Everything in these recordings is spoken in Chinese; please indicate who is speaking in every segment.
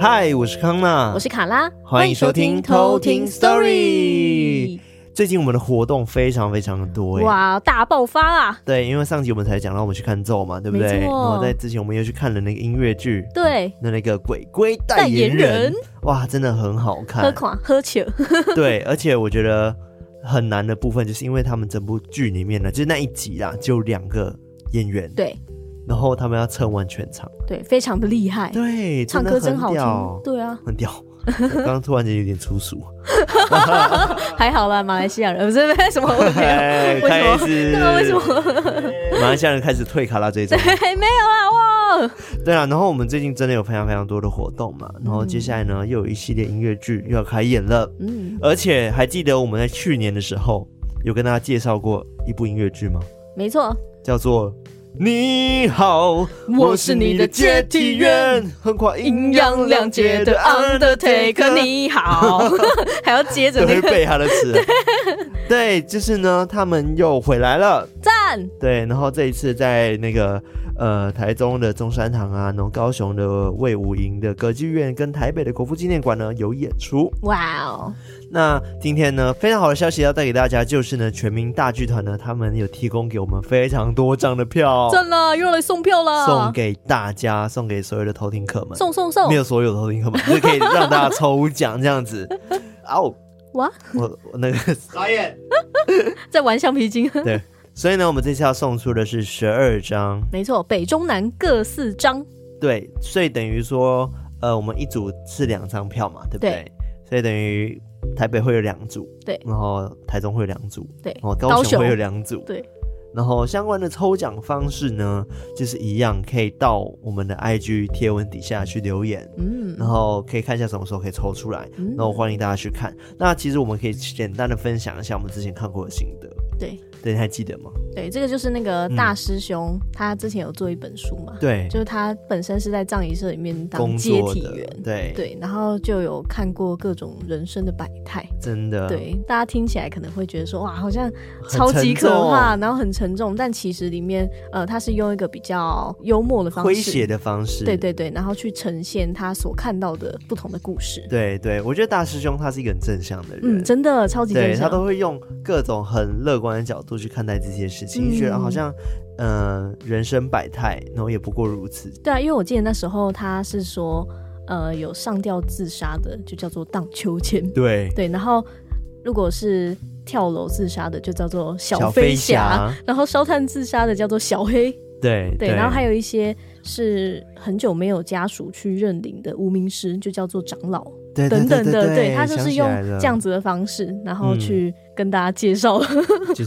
Speaker 1: 嗨，我是康娜，
Speaker 2: 哦我是卡拉，
Speaker 1: 嗯欢迎收听偷听 Story。最近我们的活动非常非常的多耶，
Speaker 2: 哇，大爆发啊！
Speaker 1: 对，因为上集我们才讲到我们去看咒嘛，对不对？
Speaker 2: 没
Speaker 1: 然
Speaker 2: 错
Speaker 1: 后在之前我们又去看了那个音乐剧，
Speaker 2: 对，
Speaker 1: 那那个鬼鬼代言人，
Speaker 2: 代言人
Speaker 1: 哇，真的很好
Speaker 2: 喝
Speaker 1: 看，
Speaker 2: 垮喝酒，
Speaker 1: 对，而且我觉得很难的部分就是因为他们整部剧里面呢，就是那一集啦，就两个演员，
Speaker 2: 对
Speaker 1: 然后他们要撑完全场，
Speaker 2: 对，非常的厉害，
Speaker 1: 对，
Speaker 2: 唱歌真
Speaker 1: 的
Speaker 2: 好
Speaker 1: 很
Speaker 2: 听
Speaker 1: 屌，，
Speaker 2: 对啊，
Speaker 1: 很屌。刚刚突然间有点粗俗，
Speaker 2: 还好啦，马来西亚人，我 这边什么我没有，
Speaker 1: 哎
Speaker 2: 为什么
Speaker 1: 开始，
Speaker 2: 那个为什么
Speaker 1: 马来西亚人开始退卡拉这一种？
Speaker 2: 对没有啦？哇，
Speaker 1: 对啊，然后我们最近真的有非常非常多的活动嘛，然后接下来呢又有一系列音乐剧又要开演了，
Speaker 2: 嗯，
Speaker 1: 而且还记得我们在去年的时候有跟大家介绍过一部音乐剧吗？
Speaker 2: 没错，
Speaker 1: 叫做《你好，
Speaker 2: 我是你的接替人》，
Speaker 1: 横跨
Speaker 2: 阴
Speaker 1: 阴
Speaker 2: 阳
Speaker 1: 阳
Speaker 2: 两
Speaker 1: 两
Speaker 2: 界
Speaker 1: 界
Speaker 2: 的
Speaker 1: 的
Speaker 2: Undertaker，
Speaker 1: Undertaker，
Speaker 2: 你好， 还要接着
Speaker 1: 就
Speaker 2: 那
Speaker 1: 会
Speaker 2: 个
Speaker 1: 背他的 词。对，就是呢，他们又回来了。
Speaker 2: 赞，
Speaker 1: 对，然后这一次在那个呃台中的中山堂啊，然后高雄的魏武营的歌剧院跟台北的国父纪念馆呢有演出。
Speaker 2: 哇哦，
Speaker 1: 那今天呢，非常好的消息要带给大家，就是呢全民大剧团呢，他们有提供给我们非常多张的票，
Speaker 2: 赞啦，又要来送票啦，
Speaker 1: 送给大家，送给所有的偷听客们，
Speaker 2: 送送送
Speaker 1: 没，有所有的偷听客们，就是可以让大家抽奖这样子。哦，
Speaker 2: 哇，
Speaker 1: 我我那个傻眼。
Speaker 2: 在玩橡皮筋，
Speaker 1: 对，所以呢，我们这次要送出的是十二张。
Speaker 2: 没错，北中南各四张，
Speaker 1: 对，所以等于说，呃，我们一组是两张票嘛，对不对？
Speaker 2: 对
Speaker 1: 所以等于台北会有两组，
Speaker 2: 对
Speaker 1: 然后台中会有两组，
Speaker 2: 对
Speaker 1: 然后
Speaker 2: 高
Speaker 1: 高
Speaker 2: 雄
Speaker 1: 雄会有两组，
Speaker 2: 对。
Speaker 1: 然后相关的抽奖方式呢，就是一样，可以到我们的 IG 贴文底下去留言，
Speaker 2: 嗯，
Speaker 1: 然后可以看一下什么时候可以抽出来，
Speaker 2: 嗯
Speaker 1: 然后欢迎大家去看。那其实我们可以简单的分享一下我们之前看过的心得，
Speaker 2: 对
Speaker 1: 对，你还记得吗？
Speaker 2: 对，这个就是那个大师兄，他之前有做一本书嘛，
Speaker 1: 对，
Speaker 2: 就是他本身是在葬仪社里面当
Speaker 1: 工
Speaker 2: 接
Speaker 1: 作
Speaker 2: 体
Speaker 1: 的
Speaker 2: 员，
Speaker 1: 对，
Speaker 2: 对，然后就有看过各种人生的百态，
Speaker 1: 真的，
Speaker 2: 对，大家听起来可能会觉得说哇，好像
Speaker 1: 嗯很
Speaker 2: 超级
Speaker 1: 沉
Speaker 2: 可
Speaker 1: 重
Speaker 2: 怕，然后很沉重，但其实里面呃，他是用一个比较幽默的方
Speaker 1: 诙谐
Speaker 2: 式，
Speaker 1: 的方式，
Speaker 2: 对对对，然后去呈现他所看到的不同的故事，
Speaker 1: 对对，我觉得大师兄他是一个很正向的人，
Speaker 2: 嗯，真的超级
Speaker 1: 对
Speaker 2: 正
Speaker 1: 他
Speaker 2: 向，
Speaker 1: 都会用各种很乐观的角度去看待这些事情，
Speaker 2: 嗯
Speaker 1: 就觉得好像呃人生百态，然后也不过如此。
Speaker 2: 对啊，因为我记得那时候他是说呃，有上吊自杀的就叫做荡 秋千。
Speaker 1: 对，
Speaker 2: 对，然后如果是跳楼自杀的，就叫做小飞侠；
Speaker 1: 侠，
Speaker 2: 然后烧炭自杀的叫做小黑。
Speaker 1: 对
Speaker 2: 对，然后还
Speaker 1: 有
Speaker 2: 有一些是很久没有家属去认领的无名尸，就叫做长老
Speaker 1: 对
Speaker 2: 等等的。
Speaker 1: 对对，
Speaker 2: 他就是用这样子的方式，然后
Speaker 1: 嗯
Speaker 2: 去跟大家介绍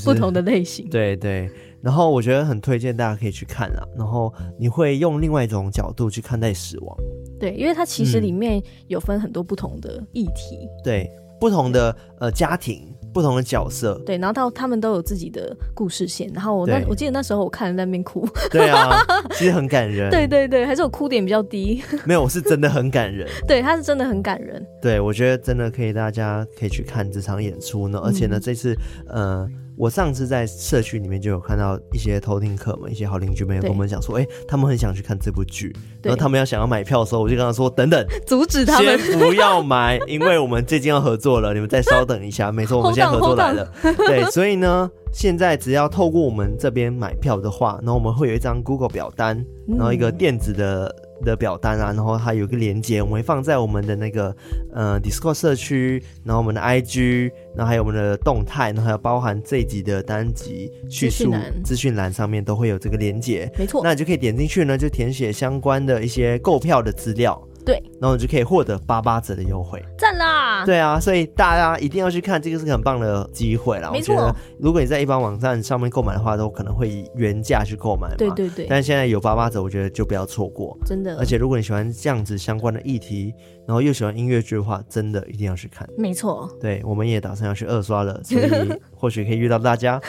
Speaker 2: 不同
Speaker 1: 的，
Speaker 2: 的类型。
Speaker 1: 对对。然后我觉得很推荐大家可以去看啦，然后你会用另外一种角度去看待死亡，
Speaker 2: 对，因为它其实
Speaker 1: 嗯
Speaker 2: 里面有分很多不同的议题，
Speaker 1: 对不同的呃家庭、不同的角色，
Speaker 2: 对，然后到他们都有自己的故事线。然后我那
Speaker 1: 对
Speaker 2: 我记得那时候我看了那边哭，
Speaker 1: 对啊，其实很感人，
Speaker 2: 对对对，还是我哭点比较低。
Speaker 1: 没有，我是真的很感人。
Speaker 2: 对，他是真的很感人。
Speaker 1: 对，我觉得真的可以，大家可以去看这场演出呢。而且
Speaker 2: 嗯
Speaker 1: 呢，这次呃，我上次在社区里面就有看到一些偷听客们、一些好邻居们有跟我们讲说，哎、他们很想去看这部剧，然
Speaker 2: 对
Speaker 1: 后他们要想要买票的时候，我就跟他说，等等，
Speaker 2: 阻止 他
Speaker 1: 先
Speaker 2: 们。嗯
Speaker 1: 不要买，因为我们最近要合作了，你们再稍等一下。没错，我们
Speaker 2: Hold
Speaker 1: 现在合
Speaker 2: on,
Speaker 1: 作
Speaker 2: hold
Speaker 1: 来
Speaker 2: on
Speaker 1: 了，对，所以呢。现在只要透过我们这边买票的话，然后我们会有一张 Google 表单，
Speaker 2: 嗯
Speaker 1: 然后一个电子的的表单啊，然后它有一个连接，我们会放在我们的那个呃 Discord 社区，然后我们的 IG，然后还有我们的动态，然后还有包含这一集的单集叙
Speaker 2: 资讯
Speaker 1: 述
Speaker 2: 栏
Speaker 1: 资讯栏上面都会有这个连接。
Speaker 2: 没错，
Speaker 1: 那你就可以点进去呢，就填写相关的一些购票的资料，
Speaker 2: 对，
Speaker 1: 然后你就可以获得八八折的优惠。
Speaker 2: 赞啦！
Speaker 1: 对啊，所以大家一定要去看，这个是个很棒的机会啦。我
Speaker 2: 没
Speaker 1: 觉
Speaker 2: 错
Speaker 1: 得如果你在一般网站上面购买的话，都可能会以原价去购买嘛。
Speaker 2: 对对对，
Speaker 1: 但现在有八八折，我觉得就不要错过。
Speaker 2: 真的
Speaker 1: 而，且如果你喜欢这样子相关的议题，然后又喜欢音乐剧的话，真的一定要去看。
Speaker 2: 没错，
Speaker 1: 对，我们也打算要去二刷了，所以或许可以遇到大家。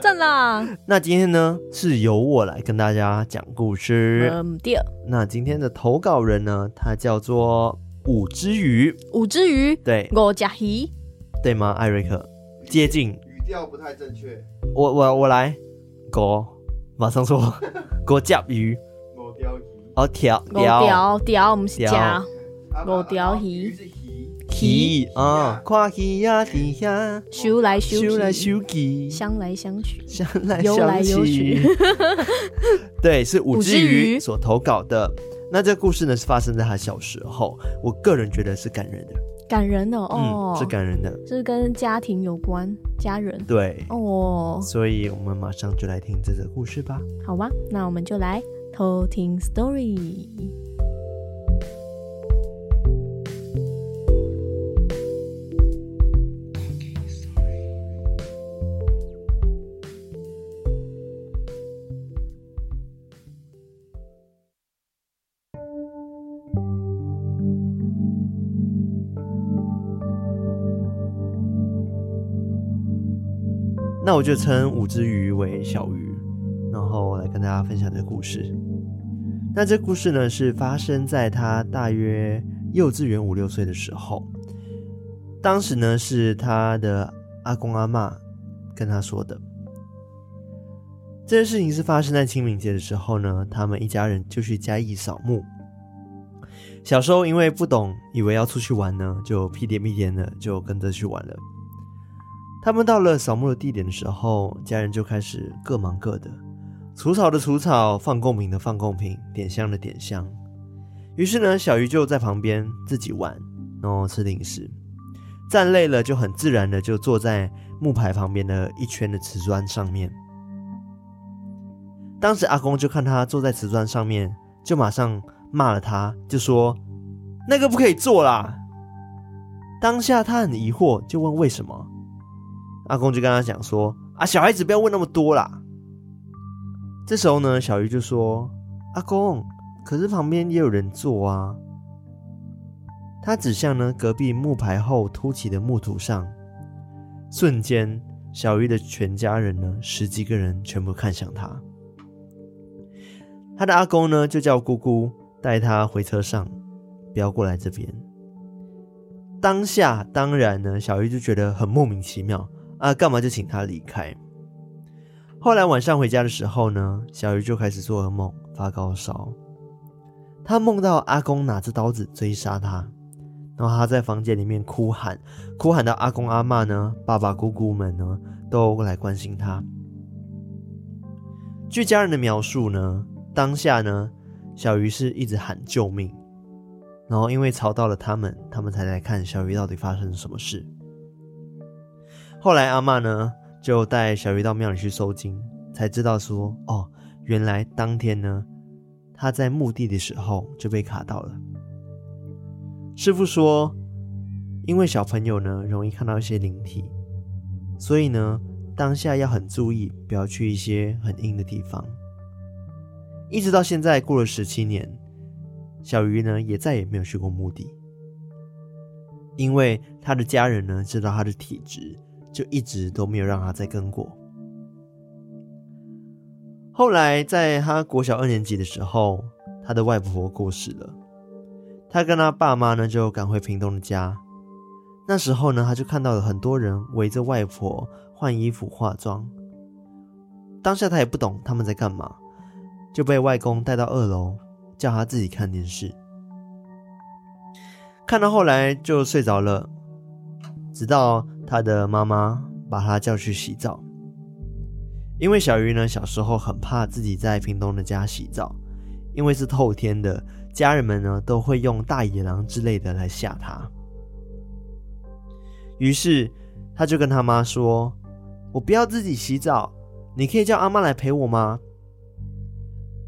Speaker 2: 赞啦！
Speaker 1: 那今天呢，是由我来跟大家讲故事。
Speaker 2: 嗯，第二
Speaker 1: 那今天的投稿人呢，他叫做五之鱼，
Speaker 2: 五只鱼，
Speaker 1: 对
Speaker 2: 我甲鱼，
Speaker 1: 对吗？艾瑞克，接近
Speaker 3: 语调不太正确，
Speaker 1: 我我我来，狗，马上说，狗甲鱼，
Speaker 3: 某雕鱼，
Speaker 1: 哦条
Speaker 2: 我，屌屌，我们是甲，五条鱼
Speaker 3: 是啊鱼，
Speaker 1: 鱼啊，看鱼呀，底下
Speaker 2: 修来修
Speaker 1: 修来
Speaker 2: 去，
Speaker 1: 修去，
Speaker 2: 相来相去。
Speaker 1: 相来
Speaker 2: 游来
Speaker 1: 相
Speaker 2: 游
Speaker 1: 去
Speaker 2: 去。
Speaker 1: 对，是五
Speaker 2: 五
Speaker 1: 只
Speaker 2: 只
Speaker 1: 鱼
Speaker 2: 鱼
Speaker 1: 所投稿的。那这故事呢，是发生在他小时候。我个人觉得是感人的，
Speaker 2: 感人哦，哦，
Speaker 1: 嗯，是感人的。
Speaker 2: 是跟家庭有关，家人
Speaker 1: 对，
Speaker 2: 哦，
Speaker 1: 所以我们马上就来听这则故事吧。
Speaker 2: 好吧，那我们就来偷听 story。
Speaker 1: 那我就称五只鱼为小鱼，然后来跟大家分享这个故事。那这故事呢，是发生在他大约幼稚园五六岁的时候。当时呢，是他的阿公阿嬷跟他说的。这件事情是发生在清明节的时候呢，他们一家人就去嘉义扫墓。小时候因为不懂，以为要出去玩呢，就屁颠屁颠的就跟着去玩了。他们到了扫墓的地点的时候，家人就开始各忙各的，除草的除草，放贡品的放贡品，点香的点香。于是呢，小鱼就在旁边自己玩，然后吃零食。站累了，就很自然的就坐在木牌旁边的一圈的瓷砖上面。当时阿公就看他坐在瓷砖上面，就马上骂了他，就说：“那个不可以坐啦！”当下他很疑惑，就问为什么。阿公就跟他讲说：“啊，小孩子不要问那么多啦。”这时候呢，小鱼就说：“阿公，可是旁边也有人坐啊。”他指向呢隔壁木牌后凸起的木土上，瞬间，小鱼的全家人呢十几个人全部看向他。他的阿公呢就叫姑姑带他回车上，不要过来这边。当下当然呢，小鱼就觉得很莫名其妙，啊，干嘛就请他离开？后来晚上回家的时候呢，小鱼就开始做噩梦，发高烧。他梦到阿公拿着刀子追杀他，然后他在房间里面哭喊，哭喊到阿公阿嬷呢、爸爸姑姑们呢都来关心他。据家人的描述呢，当下呢，小鱼是一直喊救命，然后因为吵到了他们，他们才来看小鱼到底发生了什么事。后来阿嬷呢就带小鱼到庙里去收金，才知道说哦，原来当天呢他在墓地的时候就被卡到了。师傅说，因为小朋友呢容易看到一些灵体，所以呢当下要很注意，不要去一些很阴的地方。一直到现在过了十七年，小鱼呢也再也没有去过墓地，因为他的家人呢知道他的体质，就一直都没有让他再跟过。后来在他国小二年级的时候，他的外婆过世了，他跟他爸妈呢就赶回屏东的家。那时候呢，他就看到了很多人围着外婆换衣服、化妆。当下他也不懂他们在干嘛，就被外公带到二楼，叫他自己看电视。看到后来就睡着了，直到他的妈妈把他叫去洗澡。因为小鱼呢，小时候很怕自己在屏东的家洗澡，因为是透天的，家人们呢都会用大野狼之类的来吓他。于是他就跟他妈说：“我不要自己洗澡，你可以叫阿妈来陪我吗？”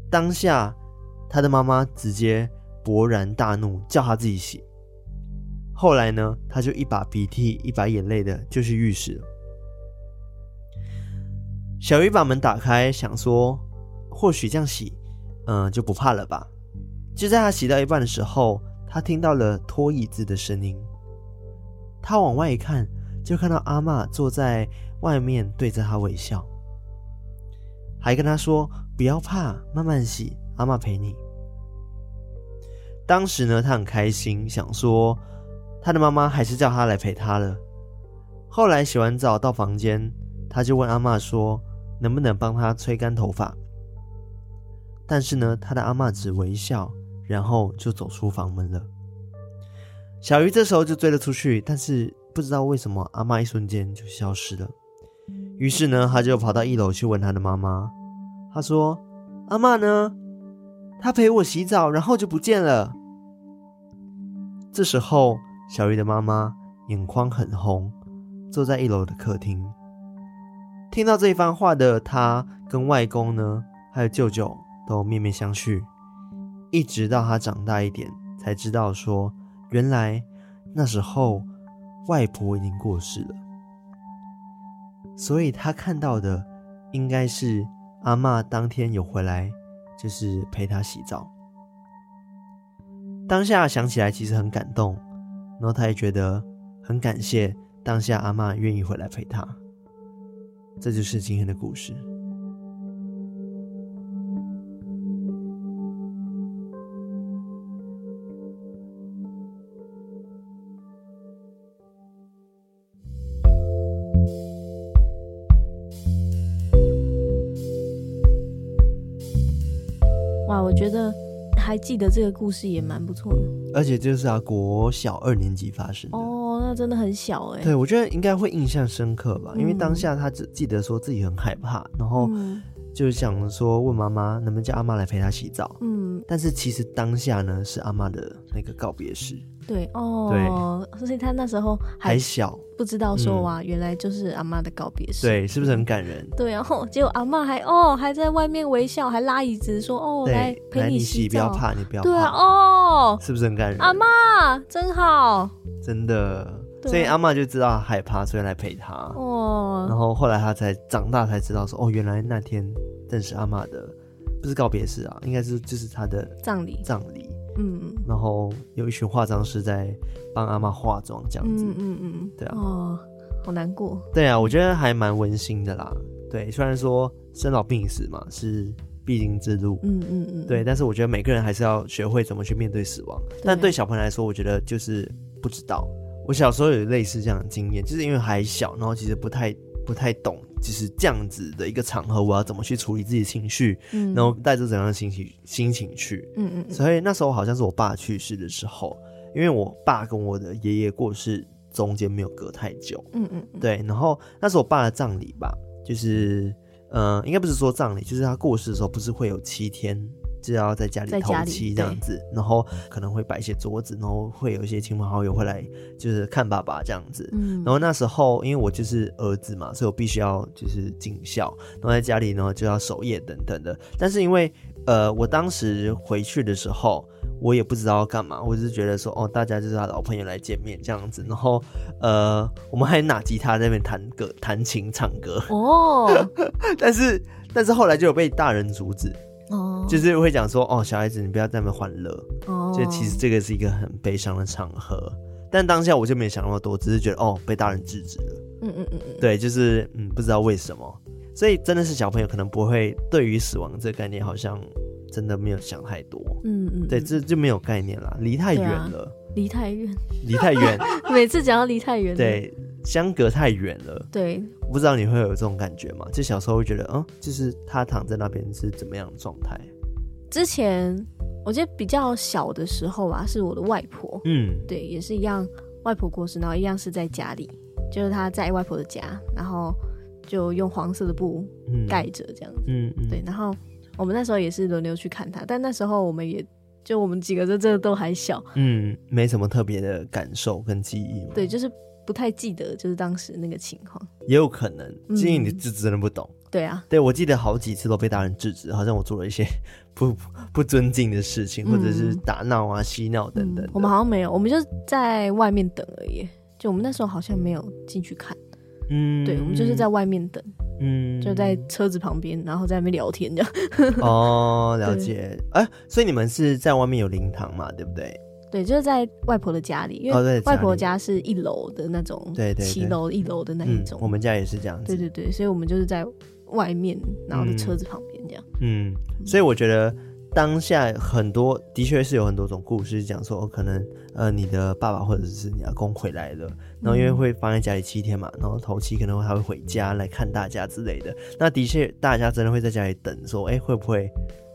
Speaker 1: 当下，他的妈妈直接勃然大怒，叫他自己洗。后来呢，他就一把鼻涕一把眼泪的就去浴室了。小鱼把门打开，想说或许这样洗，嗯、就不怕了吧。就在他洗到一半的时候，他听到了拖椅子的声音。他往外一看，就看到阿嬷坐在外面对着他微笑，还跟他说：“不要怕，慢慢洗，阿嬷陪你。”当时呢，他很开心，想说他的妈妈还是叫他来陪他了。后来洗完澡到房间，他就问阿嬷说：“能不能帮他吹干头发？”但是呢，他的阿嬷只微笑，然后就走出房门了。小鱼这时候就追了出去，但是不知道为什么阿妈一瞬间就消失了。于是呢，他就跑到一楼去问他的妈妈，他说：“阿妈呢？她陪我洗澡，然后就不见了。”这时候，小鱼的妈妈眼眶很红，坐在一楼的客厅。听到这一番话的她，跟外公呢，还有舅舅都面面相觑，一直到她长大一点，才知道说，原来那时候外婆已经过世了。所以他看到的应该是阿嬷当天有回来，就是陪他洗澡。当下想起来其实很感动，然后他也觉得很感谢当下阿嬷愿意回来陪他。这就是今天的故事。
Speaker 2: 哇，我觉得还记得这个故事也蛮不错的
Speaker 1: 而且这是啊，国小二年级发生的。
Speaker 2: 哦，那真的很小哎、
Speaker 1: 对，我觉得应该会印象深刻吧，因为
Speaker 2: 嗯
Speaker 1: 当下他只记得说自己很害怕，然后
Speaker 2: 嗯
Speaker 1: 就想说问妈妈能不能叫阿妈来陪他洗澡。
Speaker 2: 嗯，
Speaker 1: 但是其实当下呢是阿妈的那个告别式，
Speaker 2: 对哦，所以他那时候嗯还
Speaker 1: 还小，
Speaker 2: 不知道说哇，原来就是阿妈的告别
Speaker 1: 嗯
Speaker 2: 式。
Speaker 1: 对，是不是很感人？
Speaker 2: 对，然后 结果阿嬷还哦还在外面微笑，还拉椅子说哦来
Speaker 1: 对，
Speaker 2: 陪
Speaker 1: 你
Speaker 2: 洗
Speaker 1: 不要
Speaker 2: 澡。
Speaker 1: 怕，你不要
Speaker 2: 对啊，
Speaker 1: 怕，
Speaker 2: 哦，
Speaker 1: 是不是很感人？
Speaker 2: 阿嬷真好
Speaker 1: 真的，
Speaker 2: 对啊
Speaker 1: 所以阿妈就知道害怕，所以来陪他。然
Speaker 2: 哦，
Speaker 1: 后后来他才长大才知道说，哦，原来那天正是阿妈的，不是告别式啊，应该是就是他的
Speaker 2: 葬礼，
Speaker 1: 葬礼。
Speaker 2: 嗯
Speaker 1: 然后有一群化妆师在帮阿妈化妆，这样子。
Speaker 2: 嗯嗯嗯，
Speaker 1: 对啊
Speaker 2: 哦，好难过，
Speaker 1: 对啊，我觉得还蛮温馨的啦。对，虽然说生老病死嘛是必经之路，
Speaker 2: 嗯嗯嗯，
Speaker 1: 对，但是我觉得每个人还是要学会怎么去面对死亡。但
Speaker 2: 啊
Speaker 1: 对小朋友来说，我觉得就是不知道。我小时候有类似这样的经验，就是因为还小，然后其实不太不太懂，就是这样子的一个场合，我要怎么去处理自己的情绪，
Speaker 2: 嗯，
Speaker 1: 然后带着怎样的心情心情去。
Speaker 2: 嗯嗯嗯
Speaker 1: 所以那时候好像是我爸去世的时候，因为我爸跟我的爷爷过世中间没有隔太久，
Speaker 2: 嗯嗯嗯，
Speaker 1: 对，然后那是我爸的葬礼吧，就是，呃，应该不是说葬礼，就是他过世的时候，不是会有七天，就要在家里
Speaker 2: 在
Speaker 1: 头
Speaker 2: 家里
Speaker 1: 七这样子，然后可能会摆一些桌子，然后会有一些亲朋好友会来，就是看爸爸这样子。
Speaker 2: 嗯，
Speaker 1: 然后那时候，因为我就是儿子嘛，所以我必须要就是尽孝，然后在家里呢就要守夜等等的。但是因为呃，我当时回去的时候，我也不知道要干嘛，我只是觉得说哦，大家就是他老朋友来见面这样子。然后呃，我们还拿吉他在那边弹歌、弹琴、唱歌，
Speaker 2: 哦
Speaker 1: 但是但是后来就有被大人阻止，
Speaker 2: 哦，
Speaker 1: 就是会讲说哦，小孩子你不要在那边欢乐，
Speaker 2: 哦，
Speaker 1: 就其实这个是一个很悲伤的场合。但当下我就没想那么多，只是觉得哦，被大人制止了。
Speaker 2: 嗯嗯嗯嗯，
Speaker 1: 对，就是嗯，不知道为什么，所以真的是小朋友可能不会对于死亡这个概念，好像真的没有想太多。
Speaker 2: 嗯嗯，
Speaker 1: 对，
Speaker 2: 嗯
Speaker 1: 这就没有概念啦，离太
Speaker 2: 对
Speaker 1: 远
Speaker 2: 啊
Speaker 1: 了，
Speaker 2: 离太远，
Speaker 1: 离太远，
Speaker 2: 每次讲到离太远，
Speaker 1: 对，相隔太远了。
Speaker 2: 对，
Speaker 1: 不知道你会有这种感觉吗？就小时候会觉得，嗯，就是他躺在那边是怎么样的状态？
Speaker 2: 之前我记得比较小的时候吧，是我的外婆，
Speaker 1: 嗯，
Speaker 2: 对，也是一样，外婆过世，然后一样是在家里，就是她在外婆的家，然后就用黄色的布
Speaker 1: 嗯
Speaker 2: 盖着这样子。
Speaker 1: 嗯嗯，
Speaker 2: 对，然后我们那时候也是轮流去看她，但那时候我们也就我们几个就真的都还小，
Speaker 1: 嗯，没什么特别的感受跟记忆嘛。
Speaker 2: 对，就是不太记得就是当时那个情况。
Speaker 1: 也有可能，因为你
Speaker 2: 嗯
Speaker 1: 自真的不懂。
Speaker 2: 对啊，
Speaker 1: 对，我记得好几次都被大人制止，好像我做了一些 不不尊敬的事情，或者是
Speaker 2: 嗯
Speaker 1: 打闹啊、嬉闹等等的。
Speaker 2: 我们好像没有，我们就在外面等而已。就我们那时候好像没有进去看，
Speaker 1: 嗯
Speaker 2: 对我们就是在外面等，
Speaker 1: 嗯
Speaker 2: 就在车子旁边，然后在那边聊天这样。
Speaker 1: 哦，了
Speaker 2: 对
Speaker 1: 解。哎、所以你们是在外面有灵堂嘛，对不对？
Speaker 2: 对，就是在外婆的家里，因
Speaker 1: 哦在
Speaker 2: 为
Speaker 1: 家
Speaker 2: 外婆
Speaker 1: 里
Speaker 2: 家是一楼的那种，
Speaker 1: 对对对
Speaker 2: 七楼一楼的那一
Speaker 1: 嗯
Speaker 2: 种，，
Speaker 1: 我们家也是这样子。
Speaker 2: 对对对，所以我们就是在外面，然后在车子旁边这样，
Speaker 1: 嗯，所以我觉得当下很多的确是有很多种故事讲说，哦、可能呃你的爸爸或者是你阿公回来了，然后因为会放在家里七天嘛，然后头七可能还会回家来看大家之类的。那的确大家真的会在家里等说，哎、会不会？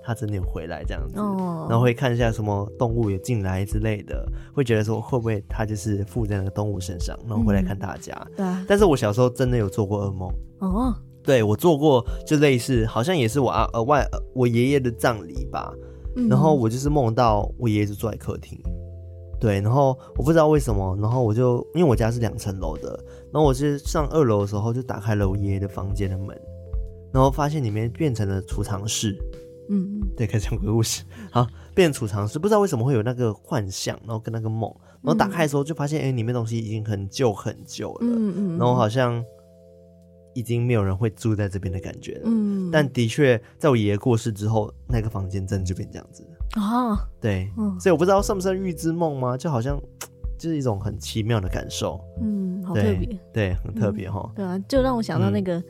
Speaker 1: 他整点回来这样子，
Speaker 2: 哦，
Speaker 1: 嗯然后会看一下什么动物有进来之类的，会觉得说会不会他就是附在那个动物身上，然后回来看大家。
Speaker 2: 对啊，
Speaker 1: 但是我小时候真的有做过噩梦，
Speaker 2: 哦，
Speaker 1: 对我做过就类似，好像也是我啊呃外呃我爷爷的葬礼吧，
Speaker 2: 嗯
Speaker 1: 然后我就是梦到我爷爷就坐在客厅，对，然后我不知道为什么，然后我就因为我家是两层楼的，然后我是上二楼的时候就打开了我爷爷的房间的门，然后发现里面变成了储藏室，
Speaker 2: 嗯嗯
Speaker 1: 对，开始讲鬼故事， 好，变成储藏室，不知道为什么会有那个幻象，然后跟那个梦，然后打开的时候就发现，哎、里面东西已经很旧很旧了，
Speaker 2: 嗯嗯，
Speaker 1: 然后好像已经没有人会住在这边的感觉了。
Speaker 2: 嗯，
Speaker 1: 但的确，在我爷爷过世之后，那个房间真的就变这样子了。
Speaker 2: 哦，
Speaker 1: 对，
Speaker 2: 嗯
Speaker 1: 所以我不知道算不算预知梦吗？就好像就是一种很奇妙的感受，
Speaker 2: 嗯，好特
Speaker 1: 对
Speaker 2: 别，
Speaker 1: 对，很特别哈。
Speaker 2: 对啊，就让我想到
Speaker 1: 嗯
Speaker 2: 那个，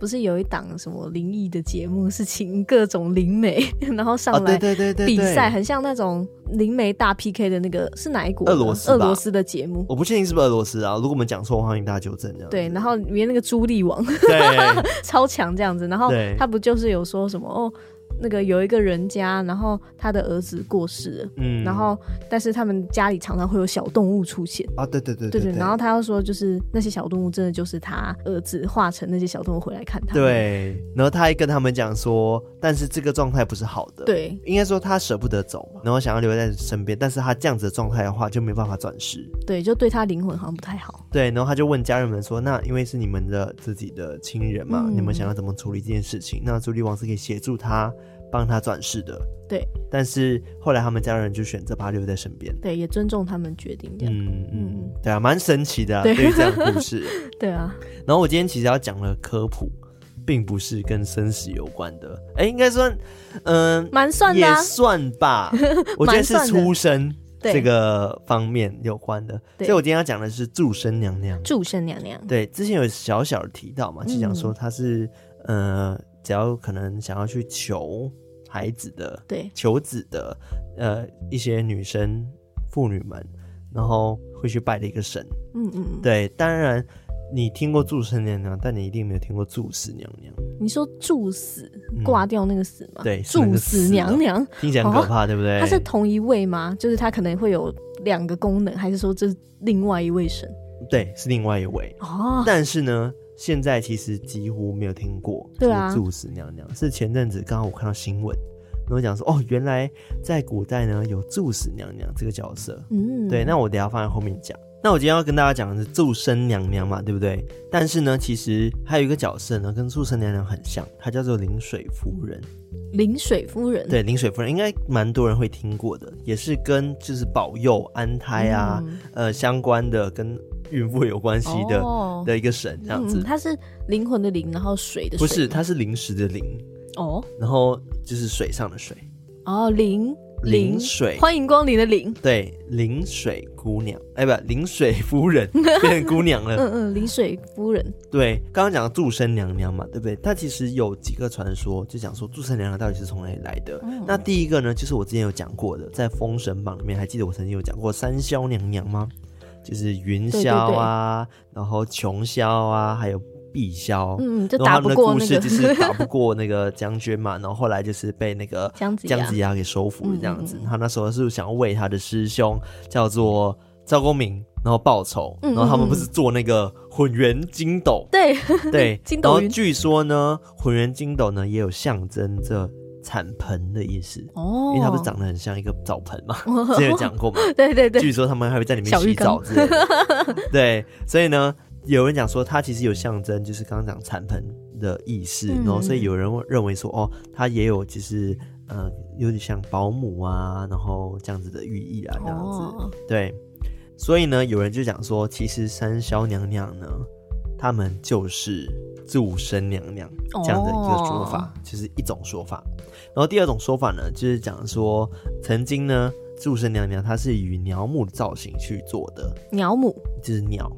Speaker 2: 不是有一档什么灵异的节目，是请各种灵媒， 然后上
Speaker 1: 啊，对
Speaker 2: 来
Speaker 1: 对对对，
Speaker 2: 比
Speaker 1: 对
Speaker 2: 赛，，很像那种灵媒大 PK 的那个，是哪一国的？
Speaker 1: 俄罗斯吧
Speaker 2: 俄罗斯的节目。
Speaker 1: 我不确定是不是俄罗斯啊。如果我们讲错，欢迎大家纠正。这样子
Speaker 2: 对，然后里面那个朱莉王
Speaker 1: 对
Speaker 2: 超强这样子，然后
Speaker 1: 对
Speaker 2: 他不就是有说什么哦，那个有一个人家，然后他的儿子过世了，
Speaker 1: 嗯，
Speaker 2: 然后但是他们家里常常会有小动物出现，
Speaker 1: 啊，对对对
Speaker 2: 对
Speaker 1: 对，
Speaker 2: 然后他又说就是那些小动物真的就是他儿子化成那些小动物回来看他，
Speaker 1: 对，然后他还跟他们讲说，但是这个状态不是好的，，
Speaker 2: 对
Speaker 1: 应该说他舍不得走嘛，然后想要留在身边，但是他这样子的状态的话就没办法转世。
Speaker 2: 对，就对他灵魂好像不太好，
Speaker 1: 对，然后他就问家人们说：“那因为是你们的自己的亲人嘛，
Speaker 2: 嗯
Speaker 1: 你们想要怎么处理这件事情？”那朱莉王是可以协助他，帮他转世的。
Speaker 2: 对，
Speaker 1: 但是后来他们家人就选择把他留在身边。
Speaker 2: 对，也尊重他们决定这样，
Speaker 1: 嗯嗯
Speaker 2: 嗯，
Speaker 1: 对啊，蛮神奇的啊、
Speaker 2: 对
Speaker 1: 对于这样的故事。
Speaker 2: 对啊，
Speaker 1: 然后我今天其实要讲的科普，并不是跟生死有关的，哎，应该算，嗯、
Speaker 2: 蛮算的
Speaker 1: 也
Speaker 2: 啊、
Speaker 1: 算 吧，我觉得是
Speaker 2: 蛮算的
Speaker 1: 出生
Speaker 2: 对
Speaker 1: 这个方面有关的，所
Speaker 2: 对
Speaker 1: 以我今天要讲的是祝生娘娘。
Speaker 2: 祝生娘娘，
Speaker 1: 对，之前有小小的提
Speaker 2: 嗯
Speaker 1: 到嘛，是讲说她是、呃，只要可能想要去求孩子的、
Speaker 2: 对，
Speaker 1: 求子的，呃，一些女生妇女们，然后会去拜的一个神。
Speaker 2: 嗯嗯，嗯，
Speaker 1: 对，当然你听过祝生娘娘，但你一定没有听过祝死娘娘，
Speaker 2: 你说祝死
Speaker 1: 嗯
Speaker 2: 挂掉那个死吗？
Speaker 1: 对是那个
Speaker 2: 祝
Speaker 1: 死
Speaker 2: 死
Speaker 1: 的
Speaker 2: 娘娘，
Speaker 1: 听起来很可怕，对不对？
Speaker 2: 它哦是同一位吗？就是它可能会有两个功能，还是说这是另外一位神？
Speaker 1: 对，是另外一位。
Speaker 2: 哦，
Speaker 1: 但是呢，现在其实几乎没有听过
Speaker 2: 对啊
Speaker 1: 这个祝死娘娘。是前阵子刚好我看到新闻，然后讲说哦，原来在古代呢有祝死娘娘这个角色。
Speaker 2: 嗯，
Speaker 1: 对，那我等一下放在后面讲。那我今天要跟大家讲的是祝生娘娘嘛，对不对？但是呢，其实还有一个角色呢，跟祝生娘娘很像，她叫做临水夫人。
Speaker 2: 嗯临水夫人，
Speaker 1: 对，临水夫人应该蛮多人会听过的，也是跟就是保佑安胎啊，
Speaker 2: 嗯
Speaker 1: 呃相关的，跟孕妇有关系的、
Speaker 2: 哦
Speaker 1: 的一个神这样子
Speaker 2: 嗯。它是灵魂的灵，然后水的
Speaker 1: 不
Speaker 2: 水，
Speaker 1: 是，它是零食的零，
Speaker 2: 哦
Speaker 1: 然后就是水上的水，
Speaker 2: 哦灵
Speaker 1: 零水。
Speaker 2: 欢迎光临的灵，
Speaker 1: 对，临水姑娘，哎，不，临水夫 人变成姑娘了。
Speaker 2: 嗯嗯，临水夫人，
Speaker 1: 对，刚刚讲的祝生娘娘嘛，对不对？它其实有几个传说，就讲说祝生娘娘到底是从哪里来的。
Speaker 2: 哦
Speaker 1: 那第一个呢，就是我之前有讲过的，在《封神榜》里面，还记得我曾经有讲过三霄娘娘吗？就是云
Speaker 2: 对对
Speaker 1: 霄啊，然后琼霄啊，还有碧霄。
Speaker 2: 嗯，就
Speaker 1: 然后
Speaker 2: 打
Speaker 1: 他们
Speaker 2: 不
Speaker 1: 的
Speaker 2: 过
Speaker 1: 故
Speaker 2: 那
Speaker 1: 事
Speaker 2: 个
Speaker 1: 就是打不过那个将军嘛，然后后来就是被那个
Speaker 2: 姜子牙嗯
Speaker 1: 姜子牙给收服这样子。他那时候是想要为他的师兄叫做赵公明，然后报仇，
Speaker 2: 嗯，
Speaker 1: 然后他们不是做那个混元金斗
Speaker 2: 对，
Speaker 1: 对，
Speaker 2: 筋
Speaker 1: 然
Speaker 2: 斗
Speaker 1: 后
Speaker 2: 云
Speaker 1: 据说呢，混元金斗呢也有象征着产盆的意思，
Speaker 2: 哦，
Speaker 1: 因为它不是长得很像一个澡盆嘛，之前有讲过嘛，
Speaker 2: 对对对，
Speaker 1: 据说他们还会在里面
Speaker 2: 小
Speaker 1: 洗
Speaker 2: 浴
Speaker 1: 澡
Speaker 2: 缸
Speaker 1: 之类的。 对，所以呢，有人讲说它其实有象征，就是刚刚讲产盆的意思，
Speaker 2: 嗯
Speaker 1: 然后所以有人认为说，哦，它也有就是呃，有点像保姆啊，然后这样子的寓意啊，这样子。
Speaker 2: 哦，
Speaker 1: 对，所以呢，有人就讲说，其实三霄娘娘呢，他们就是祝生娘娘
Speaker 2: 哦
Speaker 1: 这样的一个说法，就是一种说法。然后第二种说法呢，就是讲说，曾经呢，祝生娘娘她是以鸟母的造型去做的，
Speaker 2: 鸟母
Speaker 1: 就是鸟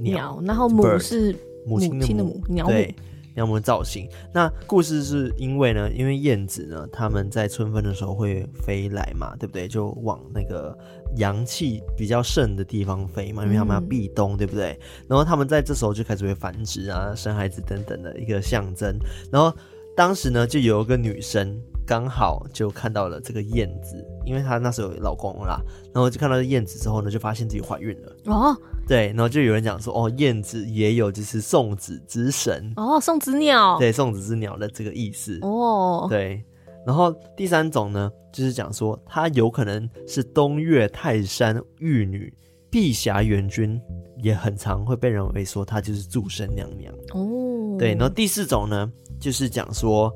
Speaker 2: 鸟，然后母
Speaker 1: bird
Speaker 2: 是
Speaker 1: 母亲
Speaker 2: 母亲
Speaker 1: 的
Speaker 2: 的
Speaker 1: 母
Speaker 2: 母，鸟
Speaker 1: 对
Speaker 2: 母，
Speaker 1: 鸟母的造型。那故事是因为呢，因为燕子呢，它们在春分的时候会飞来嘛，对不对？就往那个阳气比较盛的地方飞嘛，因为它们要
Speaker 2: 嗯
Speaker 1: 避冬，对不对？然后它们在这时候就开始会繁殖啊，生孩子等等的一个象征。然后当时呢，就有一个女生，刚好就看到了这个燕子，因为她那时候有老公啦，然后就看到燕子之后呢，就发现自己怀孕了。
Speaker 2: 哦
Speaker 1: 对，然后就有人讲说，哦，燕子也有就是送子之神，
Speaker 2: 哦，送子鸟，
Speaker 1: 对，送子之鸟的这个意思。
Speaker 2: 哦，
Speaker 1: 对，然后第三种呢，就是讲说她有可能是东岳泰山玉女。碧霞元君也很常会被认为说她就是祝生娘娘，
Speaker 2: 哦，
Speaker 1: 对。然后第四种呢，就是讲说，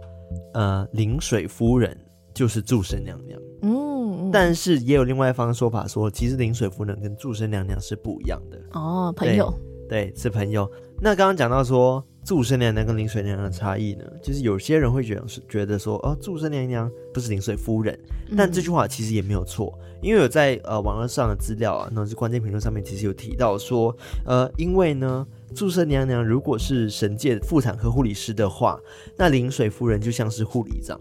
Speaker 1: 呃，临水夫人就是祝生娘娘。
Speaker 2: 嗯，嗯
Speaker 1: 但是也有另外一方说法说，其实临水夫人跟祝生娘娘是不一样的，
Speaker 2: 哦，朋友，
Speaker 1: 对，是朋友。那刚刚讲到说祝生娘娘跟临水娘娘的差异呢，就是有些人会觉得觉得说，哦，祝生娘娘不是临水夫人，
Speaker 2: 嗯
Speaker 1: 但这句话其实也没有错，因为有在呃网络上的资料啊，那是关键评论上面其实有提到说，呃，因为呢。祝生娘娘如果是神界妇产科护理师的话，那临水夫人就像是护理长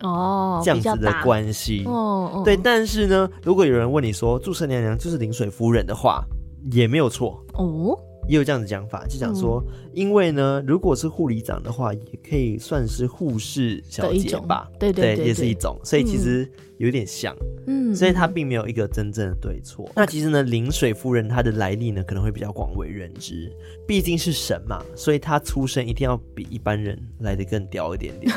Speaker 2: 哦，
Speaker 1: 这样
Speaker 2: 比较
Speaker 1: 子的
Speaker 2: 大，
Speaker 1: 关系。
Speaker 2: 哦，哦
Speaker 1: 对，，但是呢，如果有人问你说祝生娘娘就是临水夫人的话，也没有错，
Speaker 2: 哦，
Speaker 1: 也有这样的讲法，
Speaker 2: 嗯
Speaker 1: 就讲说，因为呢，如果是护理长的话，也可以算是护士小
Speaker 2: 的一
Speaker 1: 姐
Speaker 2: 种
Speaker 1: 吧，，
Speaker 2: 对对
Speaker 1: 也是一，种，所以其实有点像，
Speaker 2: 嗯，
Speaker 1: 所以它并没有一个真正的对错。那其实呢，临水夫人她的来历呢，可能会比较广为人知，毕竟是神嘛，所以她出身一定要比一般人来的更屌一点 点，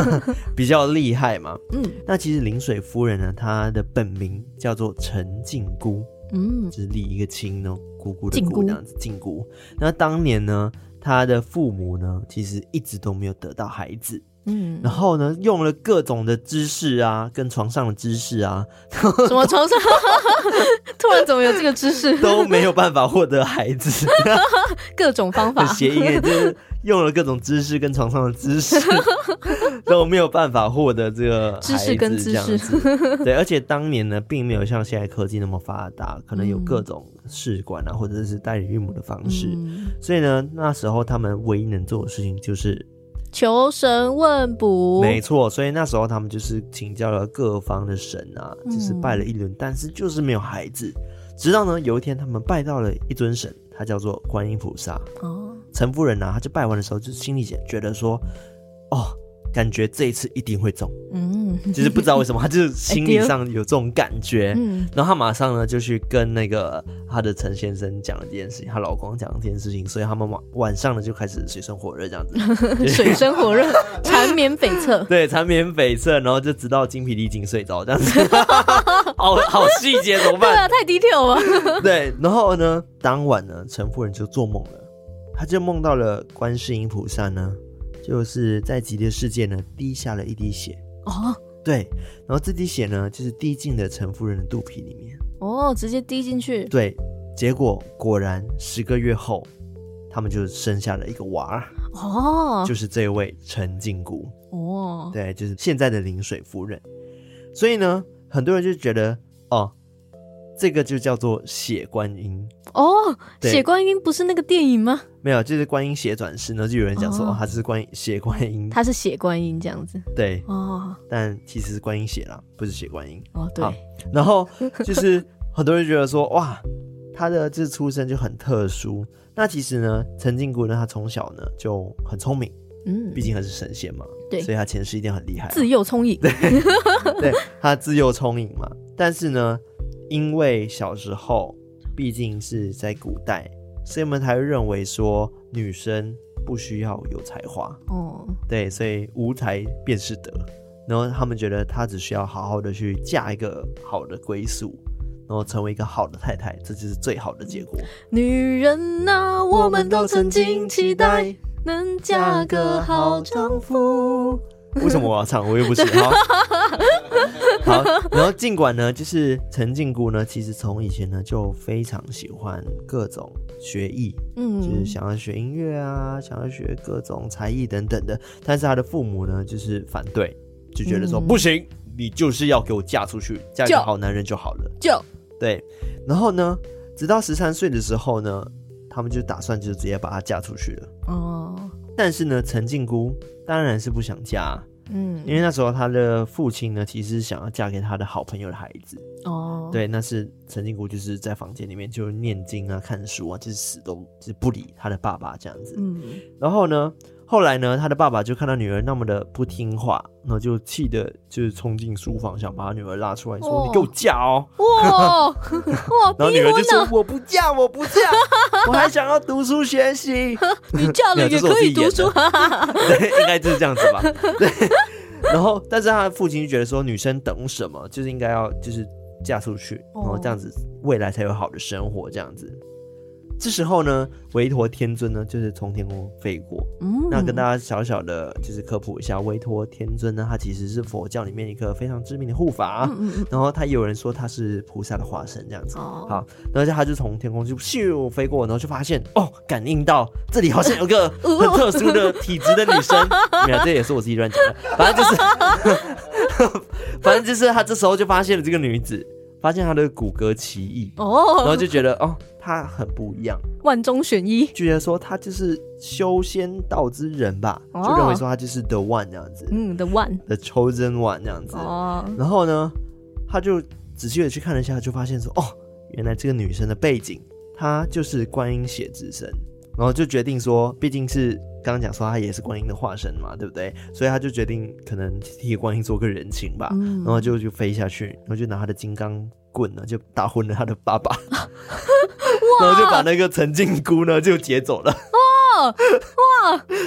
Speaker 1: 比较厉害嘛。
Speaker 2: 嗯
Speaker 1: 那其实临水夫人呢，她的本名叫做陈靖姑，
Speaker 2: 嗯，
Speaker 1: 就是立一个亲哦，姑姑的
Speaker 2: 靖
Speaker 1: 姑
Speaker 2: 姑
Speaker 1: 那样子。靖姑。那当年呢，她的父母呢，其实一直都没有得到孩子，
Speaker 2: 嗯，
Speaker 1: 然后呢，用了各种的姿势啊，跟床上的姿势 啊，
Speaker 2: 什么 床上，突然怎么有这个知识？
Speaker 1: 都没有办法获得孩子，
Speaker 2: 各种方法
Speaker 1: 很，谐音耶，就是用了各种姿势跟床上的姿 势，都没有办法获得这个
Speaker 2: 知识跟知
Speaker 1: 孩
Speaker 2: 识
Speaker 1: 子这样子。对，而且当年呢，并没有像现在科技那么发达，可能有各种试管啊，或者是代理孕母的方式。
Speaker 2: 嗯
Speaker 1: 所以呢，那时候他们唯一能做的事情就是，
Speaker 2: 求神问卜，
Speaker 1: 没错，所以那时候他们就是请教了各方的神啊，就是拜了一轮，但是就是没有孩子。直到呢有一天，他们拜到了一尊神，他叫做观音菩萨。
Speaker 2: 哦，
Speaker 1: 陈夫人呢、她就拜完的时候，就心里觉得说，哦，感觉这一次一定会中，
Speaker 2: 嗯
Speaker 1: 就是不知道为什么，她就是心理上有这种感觉。
Speaker 2: 嗯，
Speaker 1: 然后她马上呢就去跟那个她的陈先生讲了这件事情，她老公讲了这件事情，所以他们晚晚上呢就开始水深火热这样子，
Speaker 2: 水深火热，缠绵悱恻，
Speaker 1: 对，缠绵悱恻，然后就直到精疲力尽睡着这样子，好好细节怎么
Speaker 2: 对
Speaker 1: 办？
Speaker 2: 啊，太低调了吧，
Speaker 1: 对，然后呢，当晚呢，陈夫人就做梦了，她就梦到了观世音菩萨呢，就是在极乐世界呢滴下了一滴血，
Speaker 2: 哦
Speaker 1: 对，然后这滴血呢就是滴进了陈夫人的肚皮里面，
Speaker 2: 哦，直接滴进去，
Speaker 1: 对，结果果然十个月后，他们就生下了一个娃儿，
Speaker 2: 哦
Speaker 1: 就是这位陈靖姑。
Speaker 2: 哦，
Speaker 1: 对，就是现在的临水夫人。所以呢，很多人就觉得哦，这个就叫做血观音，
Speaker 2: 哦，
Speaker 1: 对
Speaker 2: 血观音不是那个电影吗？
Speaker 1: 没有，就是观音血转世呢，就有人讲说
Speaker 2: 哦
Speaker 1: 哦，它是观音血观音，
Speaker 2: 它是血观音这样子，
Speaker 1: 对，
Speaker 2: 哦
Speaker 1: 但其实是观音血啦，不是血观音。
Speaker 2: 哦，
Speaker 1: 好
Speaker 2: 对，
Speaker 1: 然后 就是很多人觉得说哇，他的这出生就很特殊。那其实呢，陈靖姑呢，她从小呢就很聪明，
Speaker 2: 嗯
Speaker 1: 毕，竟她是神仙嘛，
Speaker 2: 对
Speaker 1: 所以她前世一定很厉害啊、
Speaker 2: 自幼聪颖，
Speaker 1: 对他自幼聪颖嘛，但是呢，因为小时候毕竟是在古代，所以我们才会认为说女生不需要有才华，
Speaker 2: 哦，
Speaker 1: 对，所以无才便是德。然后他们觉得她只需要好好的去嫁一个好的归宿，然后成为一个好的太太，这就是最好的结果。
Speaker 2: 女人呐，我们都曾经期待能嫁个好丈夫。
Speaker 1: 夫。为什么我要唱？我又不是。好， 好然后尽管呢，就是陈靖姑呢，其实从以前呢就非常喜欢各种学艺，就是
Speaker 2: 嗯，
Speaker 1: 想要学音乐啊，想要学各种才艺等等的。但是她的父母呢，就是反对，就觉得说、
Speaker 2: 嗯
Speaker 1: 不行，你就是要给我嫁出去，嫁一个
Speaker 2: 就
Speaker 1: 好男人就好了。
Speaker 2: 就
Speaker 1: 对，然后呢，直到十三岁的时候呢，他们就打算就直接把她嫁出去了。
Speaker 2: 哦，
Speaker 1: 但是呢，陈靖姑当然是不想嫁啊，因
Speaker 2: 嗯，
Speaker 1: 为那时候她的父亲呢，其实是想要嫁给她的好朋友的孩子。
Speaker 2: 哦，，
Speaker 1: 对，那是陈靖姑就是在房间里面就念经啊、看书啊，就是死都就是不理她的爸爸这样子。
Speaker 2: 嗯，
Speaker 1: 然后呢，后来呢，他的爸爸就看到女儿那么的不听话，然后就气得就是冲进书房，想把他女儿拉出来，说：“
Speaker 2: 哦
Speaker 1: 你给我嫁哦！”
Speaker 2: 哇 哇，
Speaker 1: 然后
Speaker 2: 逼
Speaker 1: 女儿就
Speaker 2: 婚
Speaker 1: 说
Speaker 2: 呢？：“
Speaker 1: 我不嫁，我不嫁，我还想要读书学 习。
Speaker 2: 你嫁
Speaker 1: 没有
Speaker 2: 了
Speaker 1: 这
Speaker 2: 也
Speaker 1: 是我
Speaker 2: 可
Speaker 1: 自己
Speaker 2: 以读
Speaker 1: 演的
Speaker 2: 书，哈哈哈”
Speaker 1: 对，应该就是这样子吧。对。然后，但是他的父亲就觉得说，女生等什么，就是应该要就是嫁出去，然后这样
Speaker 2: 哦
Speaker 1: 子未来才有好的生活，这样子。这时候呢，韦陀天尊呢，就是从天空飞过，
Speaker 2: 嗯，
Speaker 1: 那跟大家小小的就是科普一下，韦陀天尊呢，它其实是佛教里面一个非常知名的护法，
Speaker 2: 嗯嗯嗯，
Speaker 1: 然后他有人说他是菩萨的化身这样子。
Speaker 2: 哦，
Speaker 1: 好，然后就他就从天空就咻飞过，然后就发现哦，感应到这里好像有个很特殊的体质的女 生，没有，这也是我自己乱讲的，反正就是， 反正就是他这时候就发现了这个女子，发现她的骨骼奇异，然后
Speaker 2: 哦，
Speaker 1: 就觉得哦，她很不一样，
Speaker 2: 万中选一，
Speaker 1: 就觉得说她就是修仙道之人吧，
Speaker 2: 哦
Speaker 1: 就认为说她就是 the one 这样子、
Speaker 2: 嗯，the one，
Speaker 1: the chosen one 这样子。
Speaker 2: 哦，
Speaker 1: 然后呢，他就仔细的去看了一下，就发现说，哦，原来这个女生的背景，她就是观音血之身。然后就决定说，毕竟是刚刚讲说她也是观音的化身嘛，对不对？所以他就决定可能替观音做个人情吧。
Speaker 2: 嗯
Speaker 1: 然后就就飞下去，然后就拿他的金刚棍呢，就打昏了他的爸 爸，然后就把那个陈靖姑呢就劫走了。哦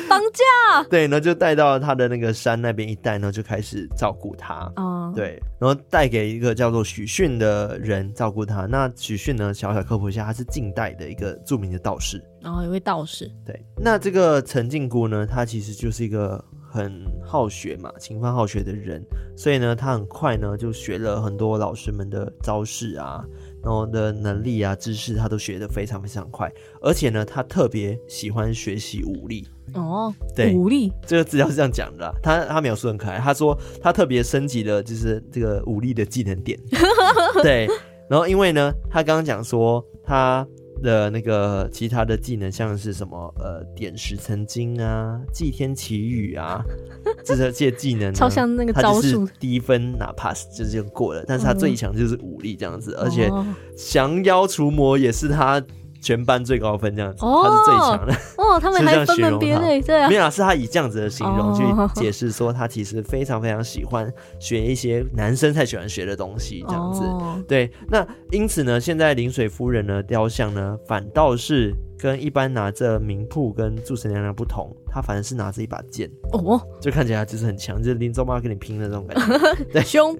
Speaker 2: 绑架，
Speaker 1: 对，然后就带到他的那个山那边一带，然后就开始照顾他。
Speaker 2: 哦，，
Speaker 1: 对，然后带给一个叫做许逊的人照顾他。那许逊呢，小小科普一下，他是近代的一个著名的道士。
Speaker 2: 然哦后有位道士，
Speaker 1: 对，那这个陈靖姑呢，她其实就是一个很好学嘛，勤奋好学的人，所以呢，她很快呢就学了很多老师们的招式啊，然后的能力啊、知识，她都学得非常非常快。而且呢，她特别喜欢学习武力。
Speaker 2: 哦，
Speaker 1: 对
Speaker 2: 武力，
Speaker 1: 这个资料是这样讲的啦，他他描述很可爱，他说他特别升级了，就是这个武力的技能 点，对，然后因为呢，他刚刚讲说他的那个其他的技能像是什么呃点石成金啊、祭天祈雨 啊，这些这些技能呢
Speaker 2: 超像那个
Speaker 1: 他
Speaker 2: 招
Speaker 1: 就是
Speaker 2: 数，
Speaker 1: 低分拿 pass 就是这样过了，但是他最强就是武力这样子，而且
Speaker 2: 哦
Speaker 1: 降妖除魔也是他全班最高分这样子，
Speaker 2: 哦
Speaker 1: 他是最强的。
Speaker 2: 哦，他们
Speaker 1: 是这
Speaker 2: 还
Speaker 1: 样
Speaker 2: 分
Speaker 1: 形
Speaker 2: 门
Speaker 1: 容
Speaker 2: 别
Speaker 1: 他
Speaker 2: 类，对啊
Speaker 1: 没，有啊，是他以这样子的形容去
Speaker 2: 哦
Speaker 1: 解释说，他其实非常非常喜欢学一些男生才喜欢学的东西，这样子。
Speaker 2: 哦
Speaker 1: 对，那因此呢，现在临水夫人呢雕像呢，反倒是跟一般拿着名铺跟祝神娘娘不同，她反而是拿着一把剑，
Speaker 2: 哦，
Speaker 1: 就看起来就是很强，就是林州妈跟你拼的这种感觉。
Speaker 2: 凶，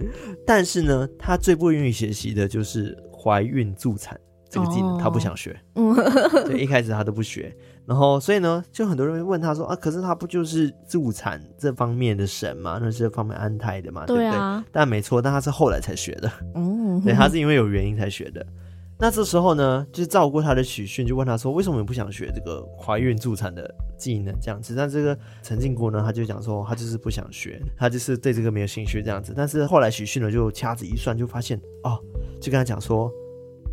Speaker 1: 但是呢，她最不愿意学习的就是怀孕助产这个技能，
Speaker 2: 哦
Speaker 1: 她不想学。
Speaker 2: 嗯，
Speaker 1: 对，一开始他都不学，然后所以呢，就很多人会问他说啊，可是他不就是助产这方面的神嘛，那是这方面安泰的嘛，对
Speaker 2: 对
Speaker 1: 不对？
Speaker 2: 啊，
Speaker 1: 但没错，但他是后来才学的，
Speaker 2: 嗯，
Speaker 1: 对，他是因为有原因才学的。那这时候呢，就是照顾他的许逊就问他说，为什么你不想学这个怀孕助产的技能这样子？但这个陈靖国呢，他就讲说，他就是不想学，他就是对这个没有兴趣这样子。但是后来许逊呢，就掐指一算，就发现哦，就跟他讲说，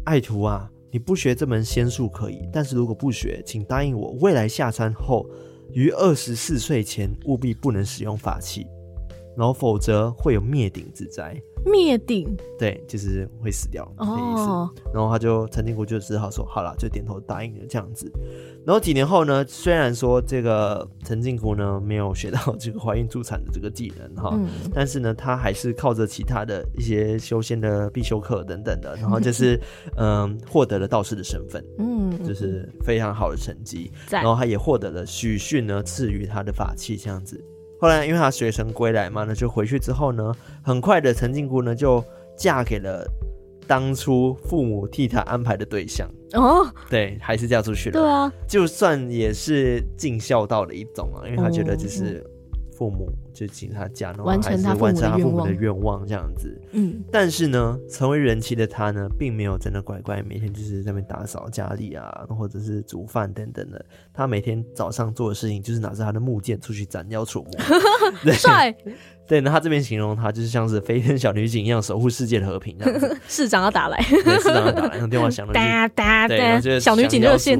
Speaker 1: 爱徒啊，你不学这门仙术可以，但是如果不学，请答应我，未来下山后于二十四岁前务必不能使用法器，然后否则会有灭顶之灾。
Speaker 2: 灭顶
Speaker 1: 对，就是会死掉的意思。
Speaker 2: 哦，
Speaker 1: 然后他就陈定国就只好说好了，就点头答应了这样子。然后几年后呢，虽然说这个陈靖国呢没有学到这个怀孕助产的这个技能哈，
Speaker 2: 嗯，
Speaker 1: 但是呢，他还是靠着其他的一些修仙的必修课等等的，然后就是嗯获得了道士的身份，
Speaker 2: 嗯，
Speaker 1: 就是哦非常好的成绩。
Speaker 2: 在
Speaker 1: 然后他也获得了许逊呢赐予他的法器这样子。后来因为他学成归来嘛，那就回去之后呢，很快的陈靖姑呢就嫁给了当初父母替她安排的对象，
Speaker 2: 哦，
Speaker 1: 对，还是嫁出去了。
Speaker 2: 对啊，
Speaker 1: 就算也是尽孝道的一种啊，因为他觉得就是父母就请他嫁，然后
Speaker 2: 完
Speaker 1: 还
Speaker 2: 成
Speaker 1: 是
Speaker 2: 他父
Speaker 1: 完
Speaker 2: 母
Speaker 1: 成
Speaker 2: 的
Speaker 1: 他父母
Speaker 2: 愿
Speaker 1: 的
Speaker 2: 望
Speaker 1: 愿望这样子。
Speaker 2: 嗯，
Speaker 1: 但是呢，成为人妻的她呢，并没有真的乖乖每天就是在那边打扫家里啊，或者是煮饭等等的。她每天早上做的事情就是拿着她的木剑出去斩妖除 魔。对
Speaker 2: 帅，
Speaker 1: 对，那她这边形容她就是像是飞天小女警一样守护世界的和平这样子。
Speaker 2: 市长要 打来，
Speaker 1: 对，市长打来，用电话 响了就是
Speaker 2: 哒哒
Speaker 1: 对，然后就
Speaker 2: 哒，小女警热线，。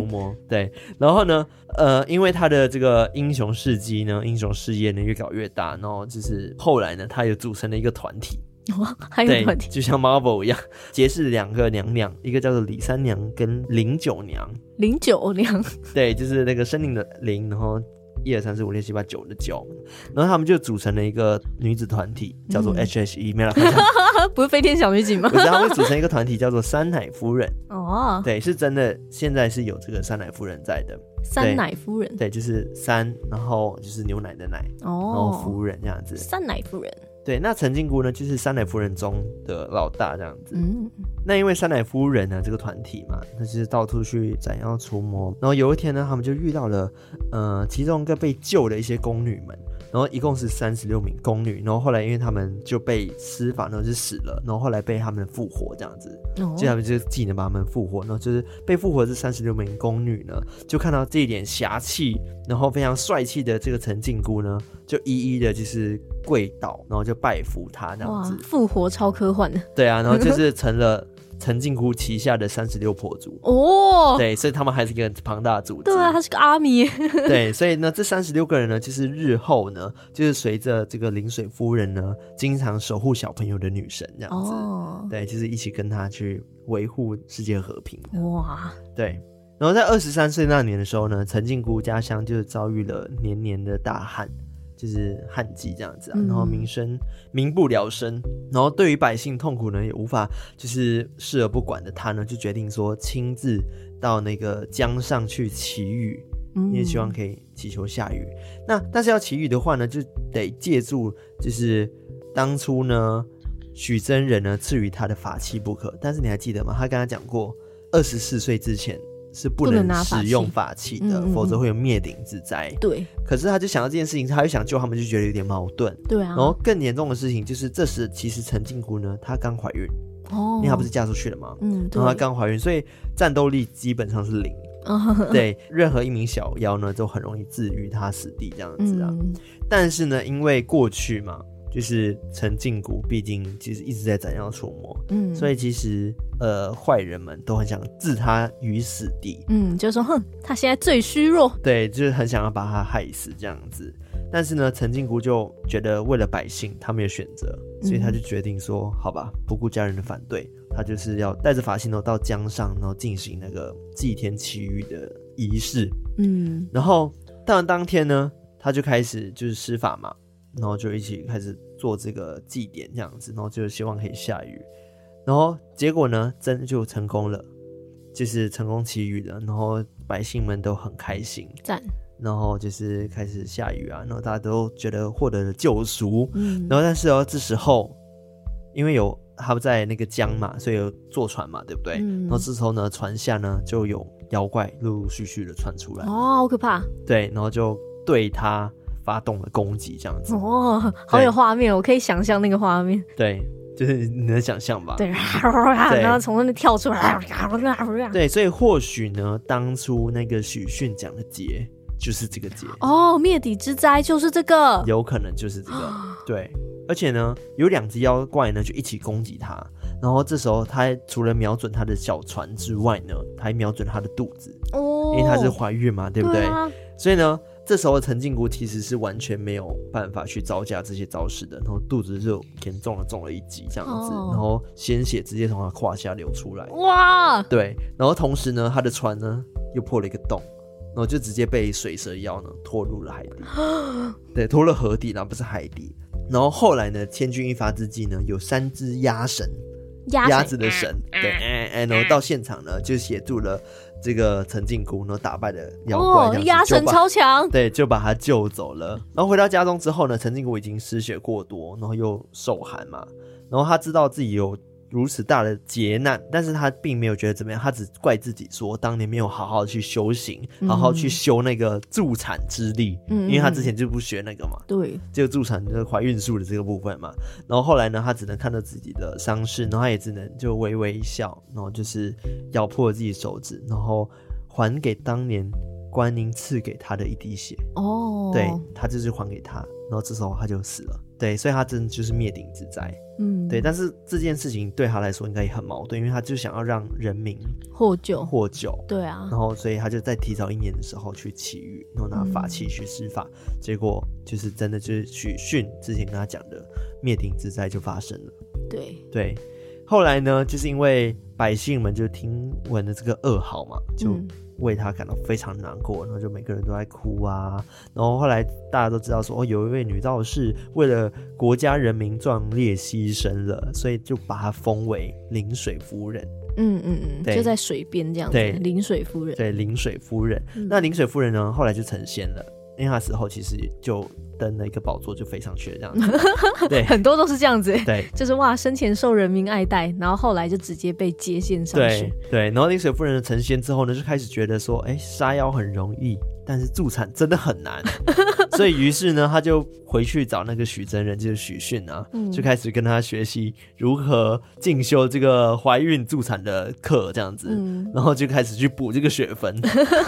Speaker 1: 对，然后呢，呃，因为他的这个英雄事迹呢，英雄事业呢越搞越大，然后就是后来呢，他又组成了一个团体，
Speaker 2: 哇，哦还有
Speaker 1: 对
Speaker 2: 团，体，
Speaker 1: 就像 Marvel 一样， 结识两个娘娘，一个叫做李三娘跟林九娘，
Speaker 2: 零九娘，
Speaker 1: 对，就是那个森林的林，然后一二三四五六七八九的九，然后他们就组成了一个女子团体，叫做
Speaker 2: 嗯
Speaker 1: H H E，、没有啦，开玩笑
Speaker 2: 不是飞天小女警吗
Speaker 1: 不？是他们组成一个团体叫做三奶夫人，
Speaker 2: 哦，
Speaker 1: 对，是真的，现在是有这个三奶夫人在的，
Speaker 2: 三奶夫人
Speaker 1: 对，就是三，然后就是牛奶的奶，然后
Speaker 2: 哦，
Speaker 1: 夫人这样子，
Speaker 2: 三奶夫人，
Speaker 1: 对，那陈金姑呢，就是三奶夫人中的老大这样子，
Speaker 2: 嗯，
Speaker 1: 那因为三奶夫人呢啊这个团体嘛，她就是到处去斩妖除魔。然后有一天呢，他们就遇到了呃其中一个被救的一些宫女们，然后一共是三十六名宫女。然后后来因为他们就被施法，然后就死了。然后后来被他们复活这样子，
Speaker 2: 哦
Speaker 1: 所以他们就是技能把他们复活。然后就是被复活的这三十六名宫女呢，就看到这一脸侠气，然后非常帅气的这个陈靖姑呢，就一一的就是跪倒，然后就拜服她这样
Speaker 2: 哇
Speaker 1: 子。，
Speaker 2: 复活超科幻的
Speaker 1: 对 啊，然后就是成了陈靖姑旗下的三十六婆族。
Speaker 2: 哦，
Speaker 1: 对，所以他们还是一个很庞大的组织。
Speaker 2: 对啊，他是个阿米，
Speaker 1: 对所以呢，这三十六个人呢，就是日后呢，就是随着这个临水夫人呢，经常守护小朋友的女神这样子。
Speaker 2: 哦，
Speaker 1: 对，就是一起跟她去维护世界和平。
Speaker 2: 哇，
Speaker 1: 对，然后在二十三岁那年的时候呢，陈靖姑家乡就是遭遇了年年的大旱，就是旱季这样子啊，
Speaker 2: 嗯
Speaker 1: 然后民生民不聊生，然后对于百姓痛苦呢也无法就是视而不管的他呢，就决定说亲自到那个江上去祈雨，
Speaker 2: 嗯
Speaker 1: 因为希望可以祈求下雨。那但是要祈雨的话呢，就得借助就是当初呢许真人呢赐予他的法器不可。但是你还记得吗？他跟他讲过，二十四岁之前是不
Speaker 2: 不能
Speaker 1: 能
Speaker 2: 拿法器
Speaker 1: 使用法器的，
Speaker 2: 嗯嗯嗯
Speaker 1: 否则会有灭顶之灾。
Speaker 2: 对
Speaker 1: 可是他就想到这件事情，他又想救他们，就觉得有点矛盾。
Speaker 2: 对啊，
Speaker 1: 然后更严重的事情就是，这时其实陈静姑呢，她刚怀孕，
Speaker 2: 哦，
Speaker 1: 因为她不是嫁出去了吗？
Speaker 2: 嗯，对
Speaker 1: 然后她刚怀孕，所以战斗力基本上是零。
Speaker 2: 嗯
Speaker 1: 对，任何一名小妖呢，都很容易治愈他死地这样子啊。
Speaker 2: 嗯
Speaker 1: 但是呢，因为过去嘛，就是陈靖谷，毕竟其实一直在斩妖除魔，
Speaker 2: 嗯，
Speaker 1: 所
Speaker 2: 以
Speaker 1: 以其实呃，坏人们都很想置他于死地，
Speaker 2: 嗯，就是说，哼，他现在最虚弱，
Speaker 1: 对，就是很想要把他害死这样子。但是呢，陈靖谷就觉得为了百姓，他们有选择，
Speaker 2: 嗯
Speaker 1: 所以他就决定说，好吧，不顾家人的反对，他就是要带着法信头到江上，然后进行那个祭天祈雨的仪式。
Speaker 2: 嗯，
Speaker 1: 然后到了当天呢，他就开始就是施法嘛，然后就一起开始做这个祭典这样子，然后就希望可以下雨。然后结果呢，真的就成功了，就是成功祈雨了。然后百姓们都很开心，
Speaker 2: 赞，
Speaker 1: 然后就是开始下雨啊，然后大家都觉得获得了救赎。
Speaker 2: 嗯，
Speaker 1: 然后但是哦，这时候因为有他们在那个江嘛，所以有坐船嘛，对不对？
Speaker 2: 嗯
Speaker 1: 然后这时候呢，船下呢就有妖怪陆陆续续的窜出来。
Speaker 2: 哦，好可怕，
Speaker 1: 对，然后就对他发动了攻击，这样子。
Speaker 2: 哦，好有画面，我可以想象那个画面，
Speaker 1: 对，就是你能想象吧？
Speaker 2: 对，然后从那里跳出来，
Speaker 1: 对所以或许呢，当初那个许逊讲的劫就是这个劫，
Speaker 2: 哦，灭顶之灾就是这个，
Speaker 1: 有可能就是这个。
Speaker 2: 啊
Speaker 1: 对，而且呢，有两只妖怪呢就一起攻击他，然后这时候他除了瞄准他的小船之外呢，他还瞄准他的肚子，因
Speaker 2: 哦，
Speaker 1: 为他是怀孕嘛，对不对？
Speaker 2: 啊
Speaker 1: 所以呢。这时候陈靖姑其实是完全没有办法去招架这些招式的，然后肚子就严重的中了一击这样子，
Speaker 2: 哦
Speaker 1: 然后鲜血直接从她胯下流出来，
Speaker 2: 哇，
Speaker 1: 对，然后同时呢，她的船呢又破了一个洞，然后就直接被水蛇妖呢拖入了海底， 对，拖入河底，然后不是海底。然后后来呢，千钧一发之际呢，有三只鸭神，
Speaker 2: 鸭嗯
Speaker 1: 鸭子的神，对，哎哎，然后到现场呢，就协助了这个陈靖姑，然后打败了妖怪
Speaker 2: 哦
Speaker 1: 这样，子，
Speaker 2: 鸭
Speaker 1: 就
Speaker 2: 神
Speaker 1: 把
Speaker 2: 超强，
Speaker 1: 对，就把他救走了。然后回到家中之后呢，陈靖国已经失血过多，然后又受寒嘛，然后他知道自己有如此大的劫难，但是他并没有觉得怎么样，他只怪自己说当年没有好好去修行，好好去修那个助产之力，
Speaker 2: 嗯
Speaker 1: 因为他之前就不学那个嘛，
Speaker 2: 对，
Speaker 1: 就助产就是怀孕术的这个部分嘛。然后后来呢，他只能看到自己的伤势，然后他也只能就微微一笑，然后就是咬破自己手指，然后还给当年观音赐给他的一滴血。
Speaker 2: 哦，
Speaker 1: 对他就是还给他，然后这时候他就死了。对，所以他真的就是灭顶之灾。
Speaker 2: 嗯，
Speaker 1: 对，但是这件事情对他来说应该也很矛盾，因为他就想要让人民
Speaker 2: 获救，
Speaker 1: 获救，
Speaker 2: 对啊
Speaker 1: 然，后所以他就在提早一年的时候去祈雨，然后拿法器去施法，结果就是真的就是许逊之前跟他讲的灭顶之灾就发生了。
Speaker 2: 对，
Speaker 1: 对，后来呢，就是因为百姓们就听闻了这个噩耗嘛，就
Speaker 2: 嗯
Speaker 1: 为他感到非常难过，然后就每个人都在哭啊。然后后来大家都知道说，哦，有一位女道士为了国家人民壮烈牺牲了，所以就把她封为临水夫人。
Speaker 2: 嗯嗯嗯，
Speaker 1: 对
Speaker 2: 就在水边这样子
Speaker 1: 对，
Speaker 2: 临水夫人。
Speaker 1: 对，临水夫人。
Speaker 2: 嗯
Speaker 1: 那临水夫人呢，后来就成仙了，因为她死后其实就登了一个宝座，就飞上去了这样子。对
Speaker 2: 很多都是这样子，
Speaker 1: 对
Speaker 2: 就是哇，生前受人民爱戴，然后后来就直接被接线上
Speaker 1: 对
Speaker 2: 去。
Speaker 1: 对，然后临水夫人成仙之后呢，就开始觉得说，哎，杀妖很容易，但是助产真的很 难，所以于是呢，她就回去找那个许真人，就是许逊啊，
Speaker 2: 嗯
Speaker 1: 就开始跟他学习如何进修这个怀孕助产的课，这样子。
Speaker 2: 嗯，
Speaker 1: 然后就开始去补这个学分，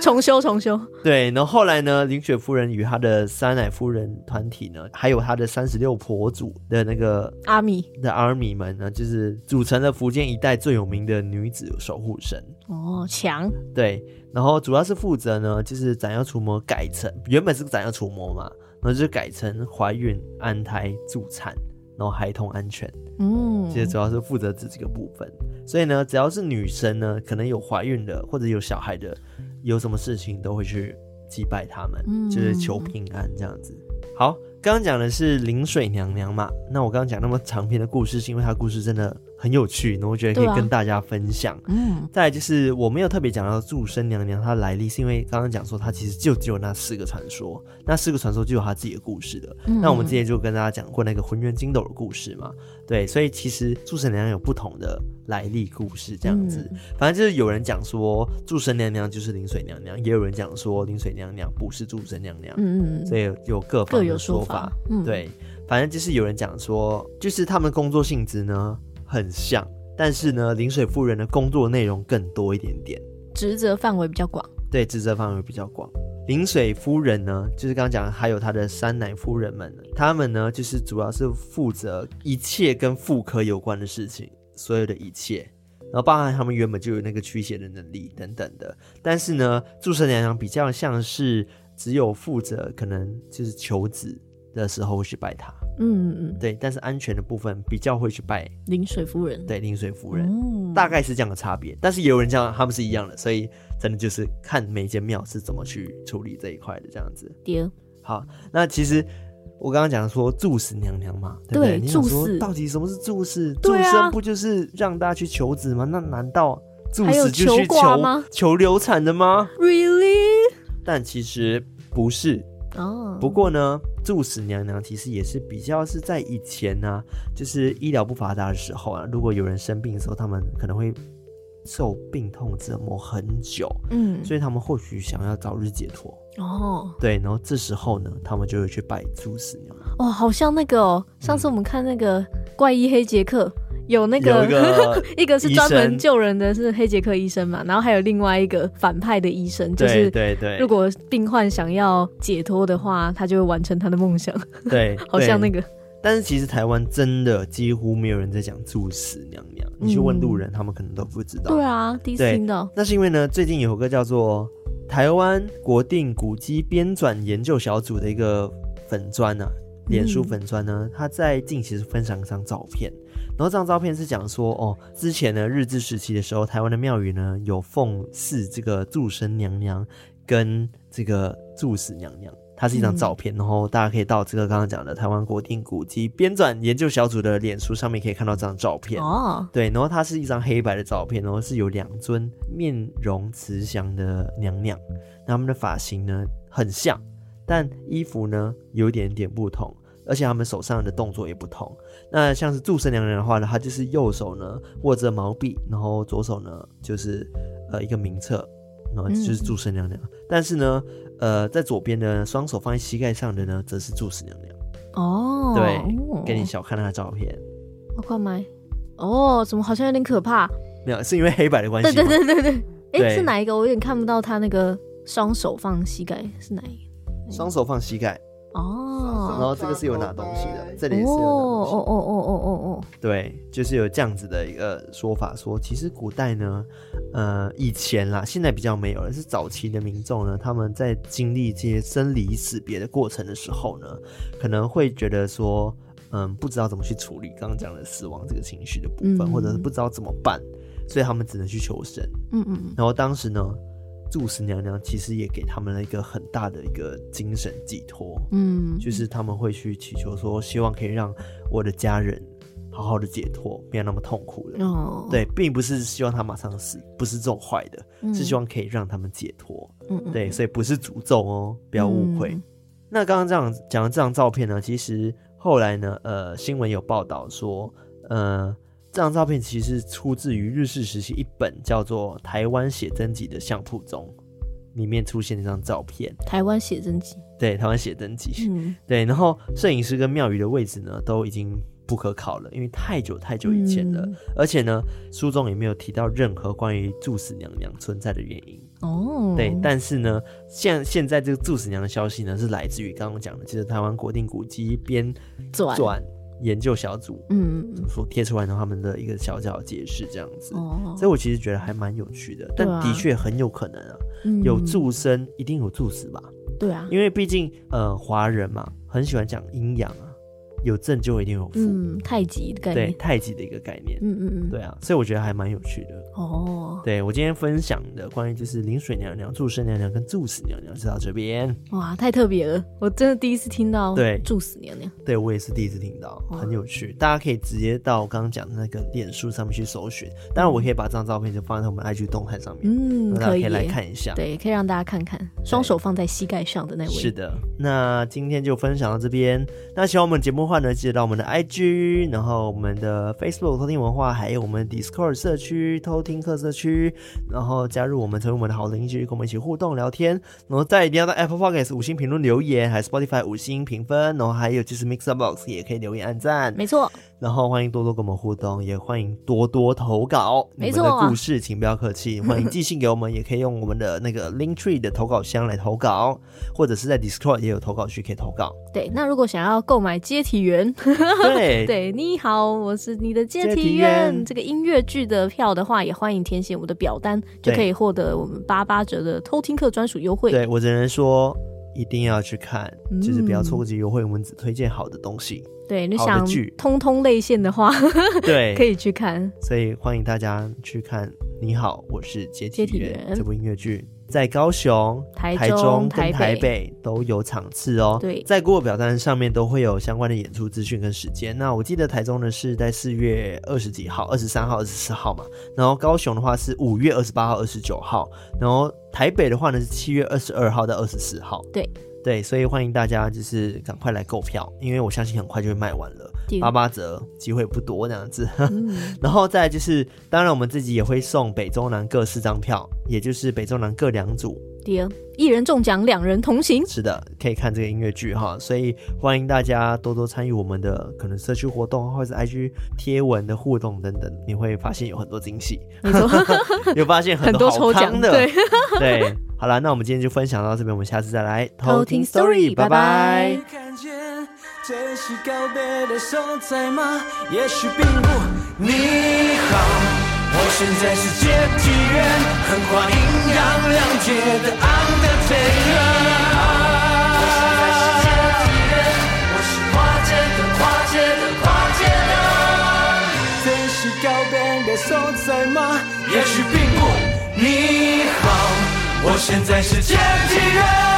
Speaker 2: 重修重修，
Speaker 1: 对，然后后来呢，林雪夫人与她的三奶夫人团体呢，还有她的三十六婆主的那个
Speaker 2: 阿米
Speaker 1: 的阿米们呢，就是组成了福建一带最有名的女子守护神。
Speaker 2: 哦，强，
Speaker 1: 对，然后主要是负责呢，就是斩妖除魔改成原本是斩妖除魔嘛，然后就改成怀孕、安胎、助产，然后孩童安全，
Speaker 2: 嗯，
Speaker 1: 其实主要是负责这几个部分。所以呢，只要是女生呢，可能有怀孕的或者有小孩的，有什么事情都会去祭拜他们，
Speaker 2: 嗯
Speaker 1: 就是求平安这样子。好，刚刚讲的是灵水娘娘嘛，那我刚刚讲那么长篇的故事，是因为它故事真的很有趣，然后我觉得可
Speaker 2: 对啊
Speaker 1: 以跟大家分享。
Speaker 2: 嗯
Speaker 1: 再来就是我没有特别讲到祝生娘娘她的来历，是因为刚刚讲说她其实就只有那四个传说，那四个传说就有她自己的故事的。
Speaker 2: 嗯
Speaker 1: 那我们之前就跟大家讲过那个浑圆筋斗的故事嘛，对，所以其实祝生娘娘有不同的来历故事这样
Speaker 2: 嗯
Speaker 1: 子。反正就是有人讲说祝生娘娘就是灵水娘娘，也有人讲说灵水娘娘不是祝生娘娘，
Speaker 2: 嗯嗯嗯，
Speaker 1: 所以有各方
Speaker 2: 各
Speaker 1: 的
Speaker 2: 有
Speaker 1: 说
Speaker 2: 说法，嗯，
Speaker 1: 对，反正就是有人讲说，就是他们工作性质呢很像，但是呢，临水夫人的工作内容更多一点点，
Speaker 2: 职责范围比较广，
Speaker 1: 对，职责范围比较广。临水夫人呢，就是刚刚讲的，还有她的三奶夫人们，他们呢就是主要是负责一切跟妇科有关的事情，所有的一切。然后包含他们原本就有那个驱邪的能力等等的，但是呢，祝生娘娘比较像是只有负责可能就是求子的时候会去拜她，
Speaker 2: 嗯嗯嗯，
Speaker 1: 对，但是安全的部分比较会去拜
Speaker 2: 临水夫人，
Speaker 1: 对临水夫人，
Speaker 2: 嗯，
Speaker 1: 大概是这样的差别。但是也有人讲他们是一样的，所以真的就是看每一间庙是怎么去处理这一块的这样子。
Speaker 2: 爹，
Speaker 1: 好，那其实我刚刚讲说祝死娘娘嘛，对不
Speaker 2: 对
Speaker 1: 对？你想
Speaker 2: 祝
Speaker 1: 说
Speaker 2: 死
Speaker 1: 到底什么是祝死？祝
Speaker 2: 对啊
Speaker 1: 生不就是让大家去求子吗？那难道祝
Speaker 2: 还有
Speaker 1: 死就去
Speaker 2: 求卦
Speaker 1: 求
Speaker 2: 吗
Speaker 1: 求流产的吗？
Speaker 2: really
Speaker 1: 但其实不是，
Speaker 2: 哦，
Speaker 1: 不过呢，祝死娘娘其实也是比较是在以前呢、就是医疗不发达的时候啊，如果有人生病的时候，他们可能会受病痛折磨很久，
Speaker 2: 嗯，
Speaker 1: 所以他们或许想要早日解脱。
Speaker 2: 哦
Speaker 1: 对，然后这时候呢，他们就会去拜祝死娘娘，
Speaker 2: 哦，好像那个哦，上次我们看那个怪医黑杰克。有那个
Speaker 1: 有一个
Speaker 2: 一个是
Speaker 1: 医
Speaker 2: 专门
Speaker 1: 生
Speaker 2: 救人的是黑杰克医生嘛，然后还有另外一个反派的医生， 就是
Speaker 1: 对对对
Speaker 2: 如果病患想要解脱的话，他就会完成他的梦想，
Speaker 1: 对，
Speaker 2: 好像那
Speaker 1: 个。
Speaker 2: 个
Speaker 1: 但是其实台湾真的几乎没有人在讲祝死娘娘，你去问路人，他们可能都不知道。
Speaker 2: 嗯对啊，第一次
Speaker 1: 对
Speaker 2: 听到，
Speaker 1: 那是因为呢，最近有个叫做台湾国定古迹编纂研究小组的一个粉砖啊，脸书粉砖呢，它在近期是分享一张照片，然后这张照片是讲说，哦，之前呢日治时期的时候，台湾的庙宇呢有奉祀这个祝生娘娘跟这个祝死娘娘。它是一张照片，然后大家可以到这个刚刚讲的台湾国定古迹编纂研究小组的脸书上面可以看到这张照片。
Speaker 2: 哦，
Speaker 1: 对，然后它是一张黑白的照片，然后是有两尊面容慈祥的娘娘，那她们的发型呢很像，但衣服呢有一点点不同，而且她们手上的动作也不同。那像是祝生娘娘的话呢，她就是右手呢握着毛笔，然后左手呢就是呃一个名册，然后就是
Speaker 2: 嗯
Speaker 1: 祝生娘娘。但是呢，呃，在左边的双手放在膝盖上的呢，则是祝死娘娘。
Speaker 2: 哦，
Speaker 1: 对，给你小看她的照片，
Speaker 2: 我快买。哦，怎么好像有点可怕？
Speaker 1: 没有是因为黑白的关系
Speaker 2: 对
Speaker 1: 吗？
Speaker 2: 对对对对，哎，
Speaker 1: 对
Speaker 2: 是哪一个？我有点看不到他那个双手放膝盖是哪一
Speaker 1: 双手放膝盖。
Speaker 2: 个？哦
Speaker 1: 然，后这个是有拿东西的，这里是有
Speaker 2: 哦
Speaker 1: 拿
Speaker 2: 哦
Speaker 1: 东西的。
Speaker 2: 哦哦哦哦
Speaker 1: 对，就是有这样子的一个说法说其实古代呢，呃，以前啦，现在比较没有了，是早期的民众呢，他们在经历这些生离死别的过程的时候呢，可能会觉得说。嗯不知道怎么去处理刚刚讲的死亡这个情绪的部分，
Speaker 2: 嗯
Speaker 1: 或者是不知道怎么办，所以他们只能去求神。
Speaker 2: 嗯嗯
Speaker 1: 然后当时呢，祝死娘娘其实也给他们了一个很大的一个精神寄托，
Speaker 2: 嗯，
Speaker 1: 就是他们会去祈求说，希望可以让我的家人好好的解脱，不要那么痛苦了。
Speaker 2: 哦，
Speaker 1: 对，并不是希望他马上死，不是这种坏的，
Speaker 2: 嗯，
Speaker 1: 是希望可以让他们解脱。
Speaker 2: 嗯，嗯
Speaker 1: 对，所以不是诅咒哦，不要误会。，那刚刚这样讲的这张照片呢，其实后来呢，呃，新闻有报道说，呃，这张照片其实出自于日式时期一本叫做《台湾写真集》的相簿中，里面出现一张照片，
Speaker 2: 嗯台湾写真集，
Speaker 1: 对，台湾写真集，
Speaker 2: 嗯
Speaker 1: 对，然后摄影师跟庙宇的位置呢，都已经不可考了，因为太久太久以前了，
Speaker 2: 嗯
Speaker 1: 而且呢，书中也没有提到任何关于祝死娘娘存在的原因。
Speaker 2: 哦，
Speaker 1: 对，但是呢，现现在这个祝死娘的消息呢，是来自于刚刚讲的，就是台湾国定古迹编
Speaker 2: 转，
Speaker 1: 纂研究小组
Speaker 2: 嗯嗯
Speaker 1: 所贴出来的他们的一个小小的解释，这样子。
Speaker 2: 嗯哦，
Speaker 1: 所以我其实觉得还蛮有趣的，但
Speaker 2: 对啊
Speaker 1: 的确很有可能啊，
Speaker 2: 嗯
Speaker 1: 有祝生一定有祝死吧，
Speaker 2: 对啊，
Speaker 1: 因为毕竟呃华人嘛，很喜欢讲阴阳啊，有正就一定有负，
Speaker 2: 嗯太极的概
Speaker 1: 对
Speaker 2: 念，
Speaker 1: 太极的一个概念，
Speaker 2: 嗯嗯嗯，
Speaker 1: 对啊，所以我觉得还蛮有趣的。
Speaker 2: 哦，
Speaker 1: 对我今天分享的关于就是临水娘娘、祝生娘娘跟祝死娘娘就到这边。
Speaker 2: 哇，太特别了，我真的第一次听到
Speaker 1: 对
Speaker 2: 祝死娘娘，
Speaker 1: 对我也是第一次听到，
Speaker 2: 哇
Speaker 1: 很有趣。大家可以直接到我刚刚讲的那个脸书上面去搜寻，当然我可以把这张照片就放在我们的 IG 动态上面，
Speaker 2: 嗯，
Speaker 1: 那大家可
Speaker 2: 以
Speaker 1: 以来
Speaker 2: 耶，
Speaker 1: 看一下。
Speaker 2: 对，可以让大家看看，双手放在膝盖上的那位，
Speaker 1: 是的，那今天就分享到这边。那喜欢我们节目的话呢，记得到我们的 IG，然后我们的 Facebook 偷听文化，还有我们 Discord 社区偷听客社区，然后加入我们成为我们的好邻居，跟我们一起互动聊天。然后再一定要到 Apple Podcast 五星评论留言，还有 Spotify 五星评分，然后还有就是 Mixer Box 也可以留言按赞。
Speaker 2: 没错，
Speaker 1: 然后欢迎多多跟我们互动，也欢迎多多投稿你
Speaker 2: 没
Speaker 1: 们
Speaker 2: 错
Speaker 1: 的
Speaker 2: 啊
Speaker 1: 故事，请不要客 气，欢迎寄信给我们，也可以用我们的那个 Link Tree 的投稿箱来投稿，或者是在 Discord 也有投稿区可以投 稿。
Speaker 2: 对，那如果想要购买接体员，
Speaker 1: 对，
Speaker 2: 对，你好，我是你的接
Speaker 1: 接体
Speaker 2: 体
Speaker 1: 员
Speaker 2: 员。这个音乐剧的票的话，也欢迎填写我的表单，就
Speaker 1: 对
Speaker 2: 可以获得我们八八折的偷听课专属优惠。
Speaker 1: 对我只能说一定要去看，
Speaker 2: 嗯
Speaker 1: 就是不要错过这个优惠，我们只推荐好的东西。
Speaker 2: 对，你
Speaker 1: 好的
Speaker 2: 想
Speaker 1: 剧
Speaker 2: 通通泪腺的话，
Speaker 1: 对，
Speaker 2: 可以去看。
Speaker 1: 所以欢迎大家去看《你好，我是接体
Speaker 2: 接体
Speaker 1: 员》
Speaker 2: 员
Speaker 1: 这部音乐剧，在高雄、
Speaker 2: 台
Speaker 1: 台
Speaker 2: 中
Speaker 1: 中跟
Speaker 2: 台
Speaker 1: 台
Speaker 2: 北
Speaker 1: 北都有场次哦。
Speaker 2: 对
Speaker 1: 在 Google 表单上面都会有相关的演出资讯跟时间。那我记得台中的是在四月二十几号、二十三号、二十四号嘛，然后高雄的话是五月二十八号、二十九号，然后台北的话呢是七月二十二号到二十四号。
Speaker 2: 对。
Speaker 1: 对，所以欢迎大家就是赶快来购票，因为我相信很快就会卖完了，
Speaker 2: 对
Speaker 1: 八八折机会不多这样子。
Speaker 2: 嗯，
Speaker 1: 然后再来就是，当然我们自己也会送北中南各四张票，也就是北中南各两组。
Speaker 2: 第二，一人中奖，两人同行。
Speaker 1: 是的，可以看这个音乐剧哈，所以欢迎大家多多参与我们的可能社区活动或者是 IG 贴文的互动等等，你会发现有很多惊喜，
Speaker 2: 没错，
Speaker 1: 有发现
Speaker 2: 很
Speaker 1: 多
Speaker 2: 多抽
Speaker 1: 好
Speaker 2: 奖
Speaker 1: 康的。
Speaker 2: 对，
Speaker 1: 对好啦，那我们今天就分享到这边，我们下次再来拜拜。
Speaker 3: 看见这是告别的所在吗？也许并不。你好，我现在是接体员，横跨阴阳两界的 Undertaker。我是跨界的，跨界的，跨界的。这是告别的所在吗？也许并不。你好，我现在是接体人。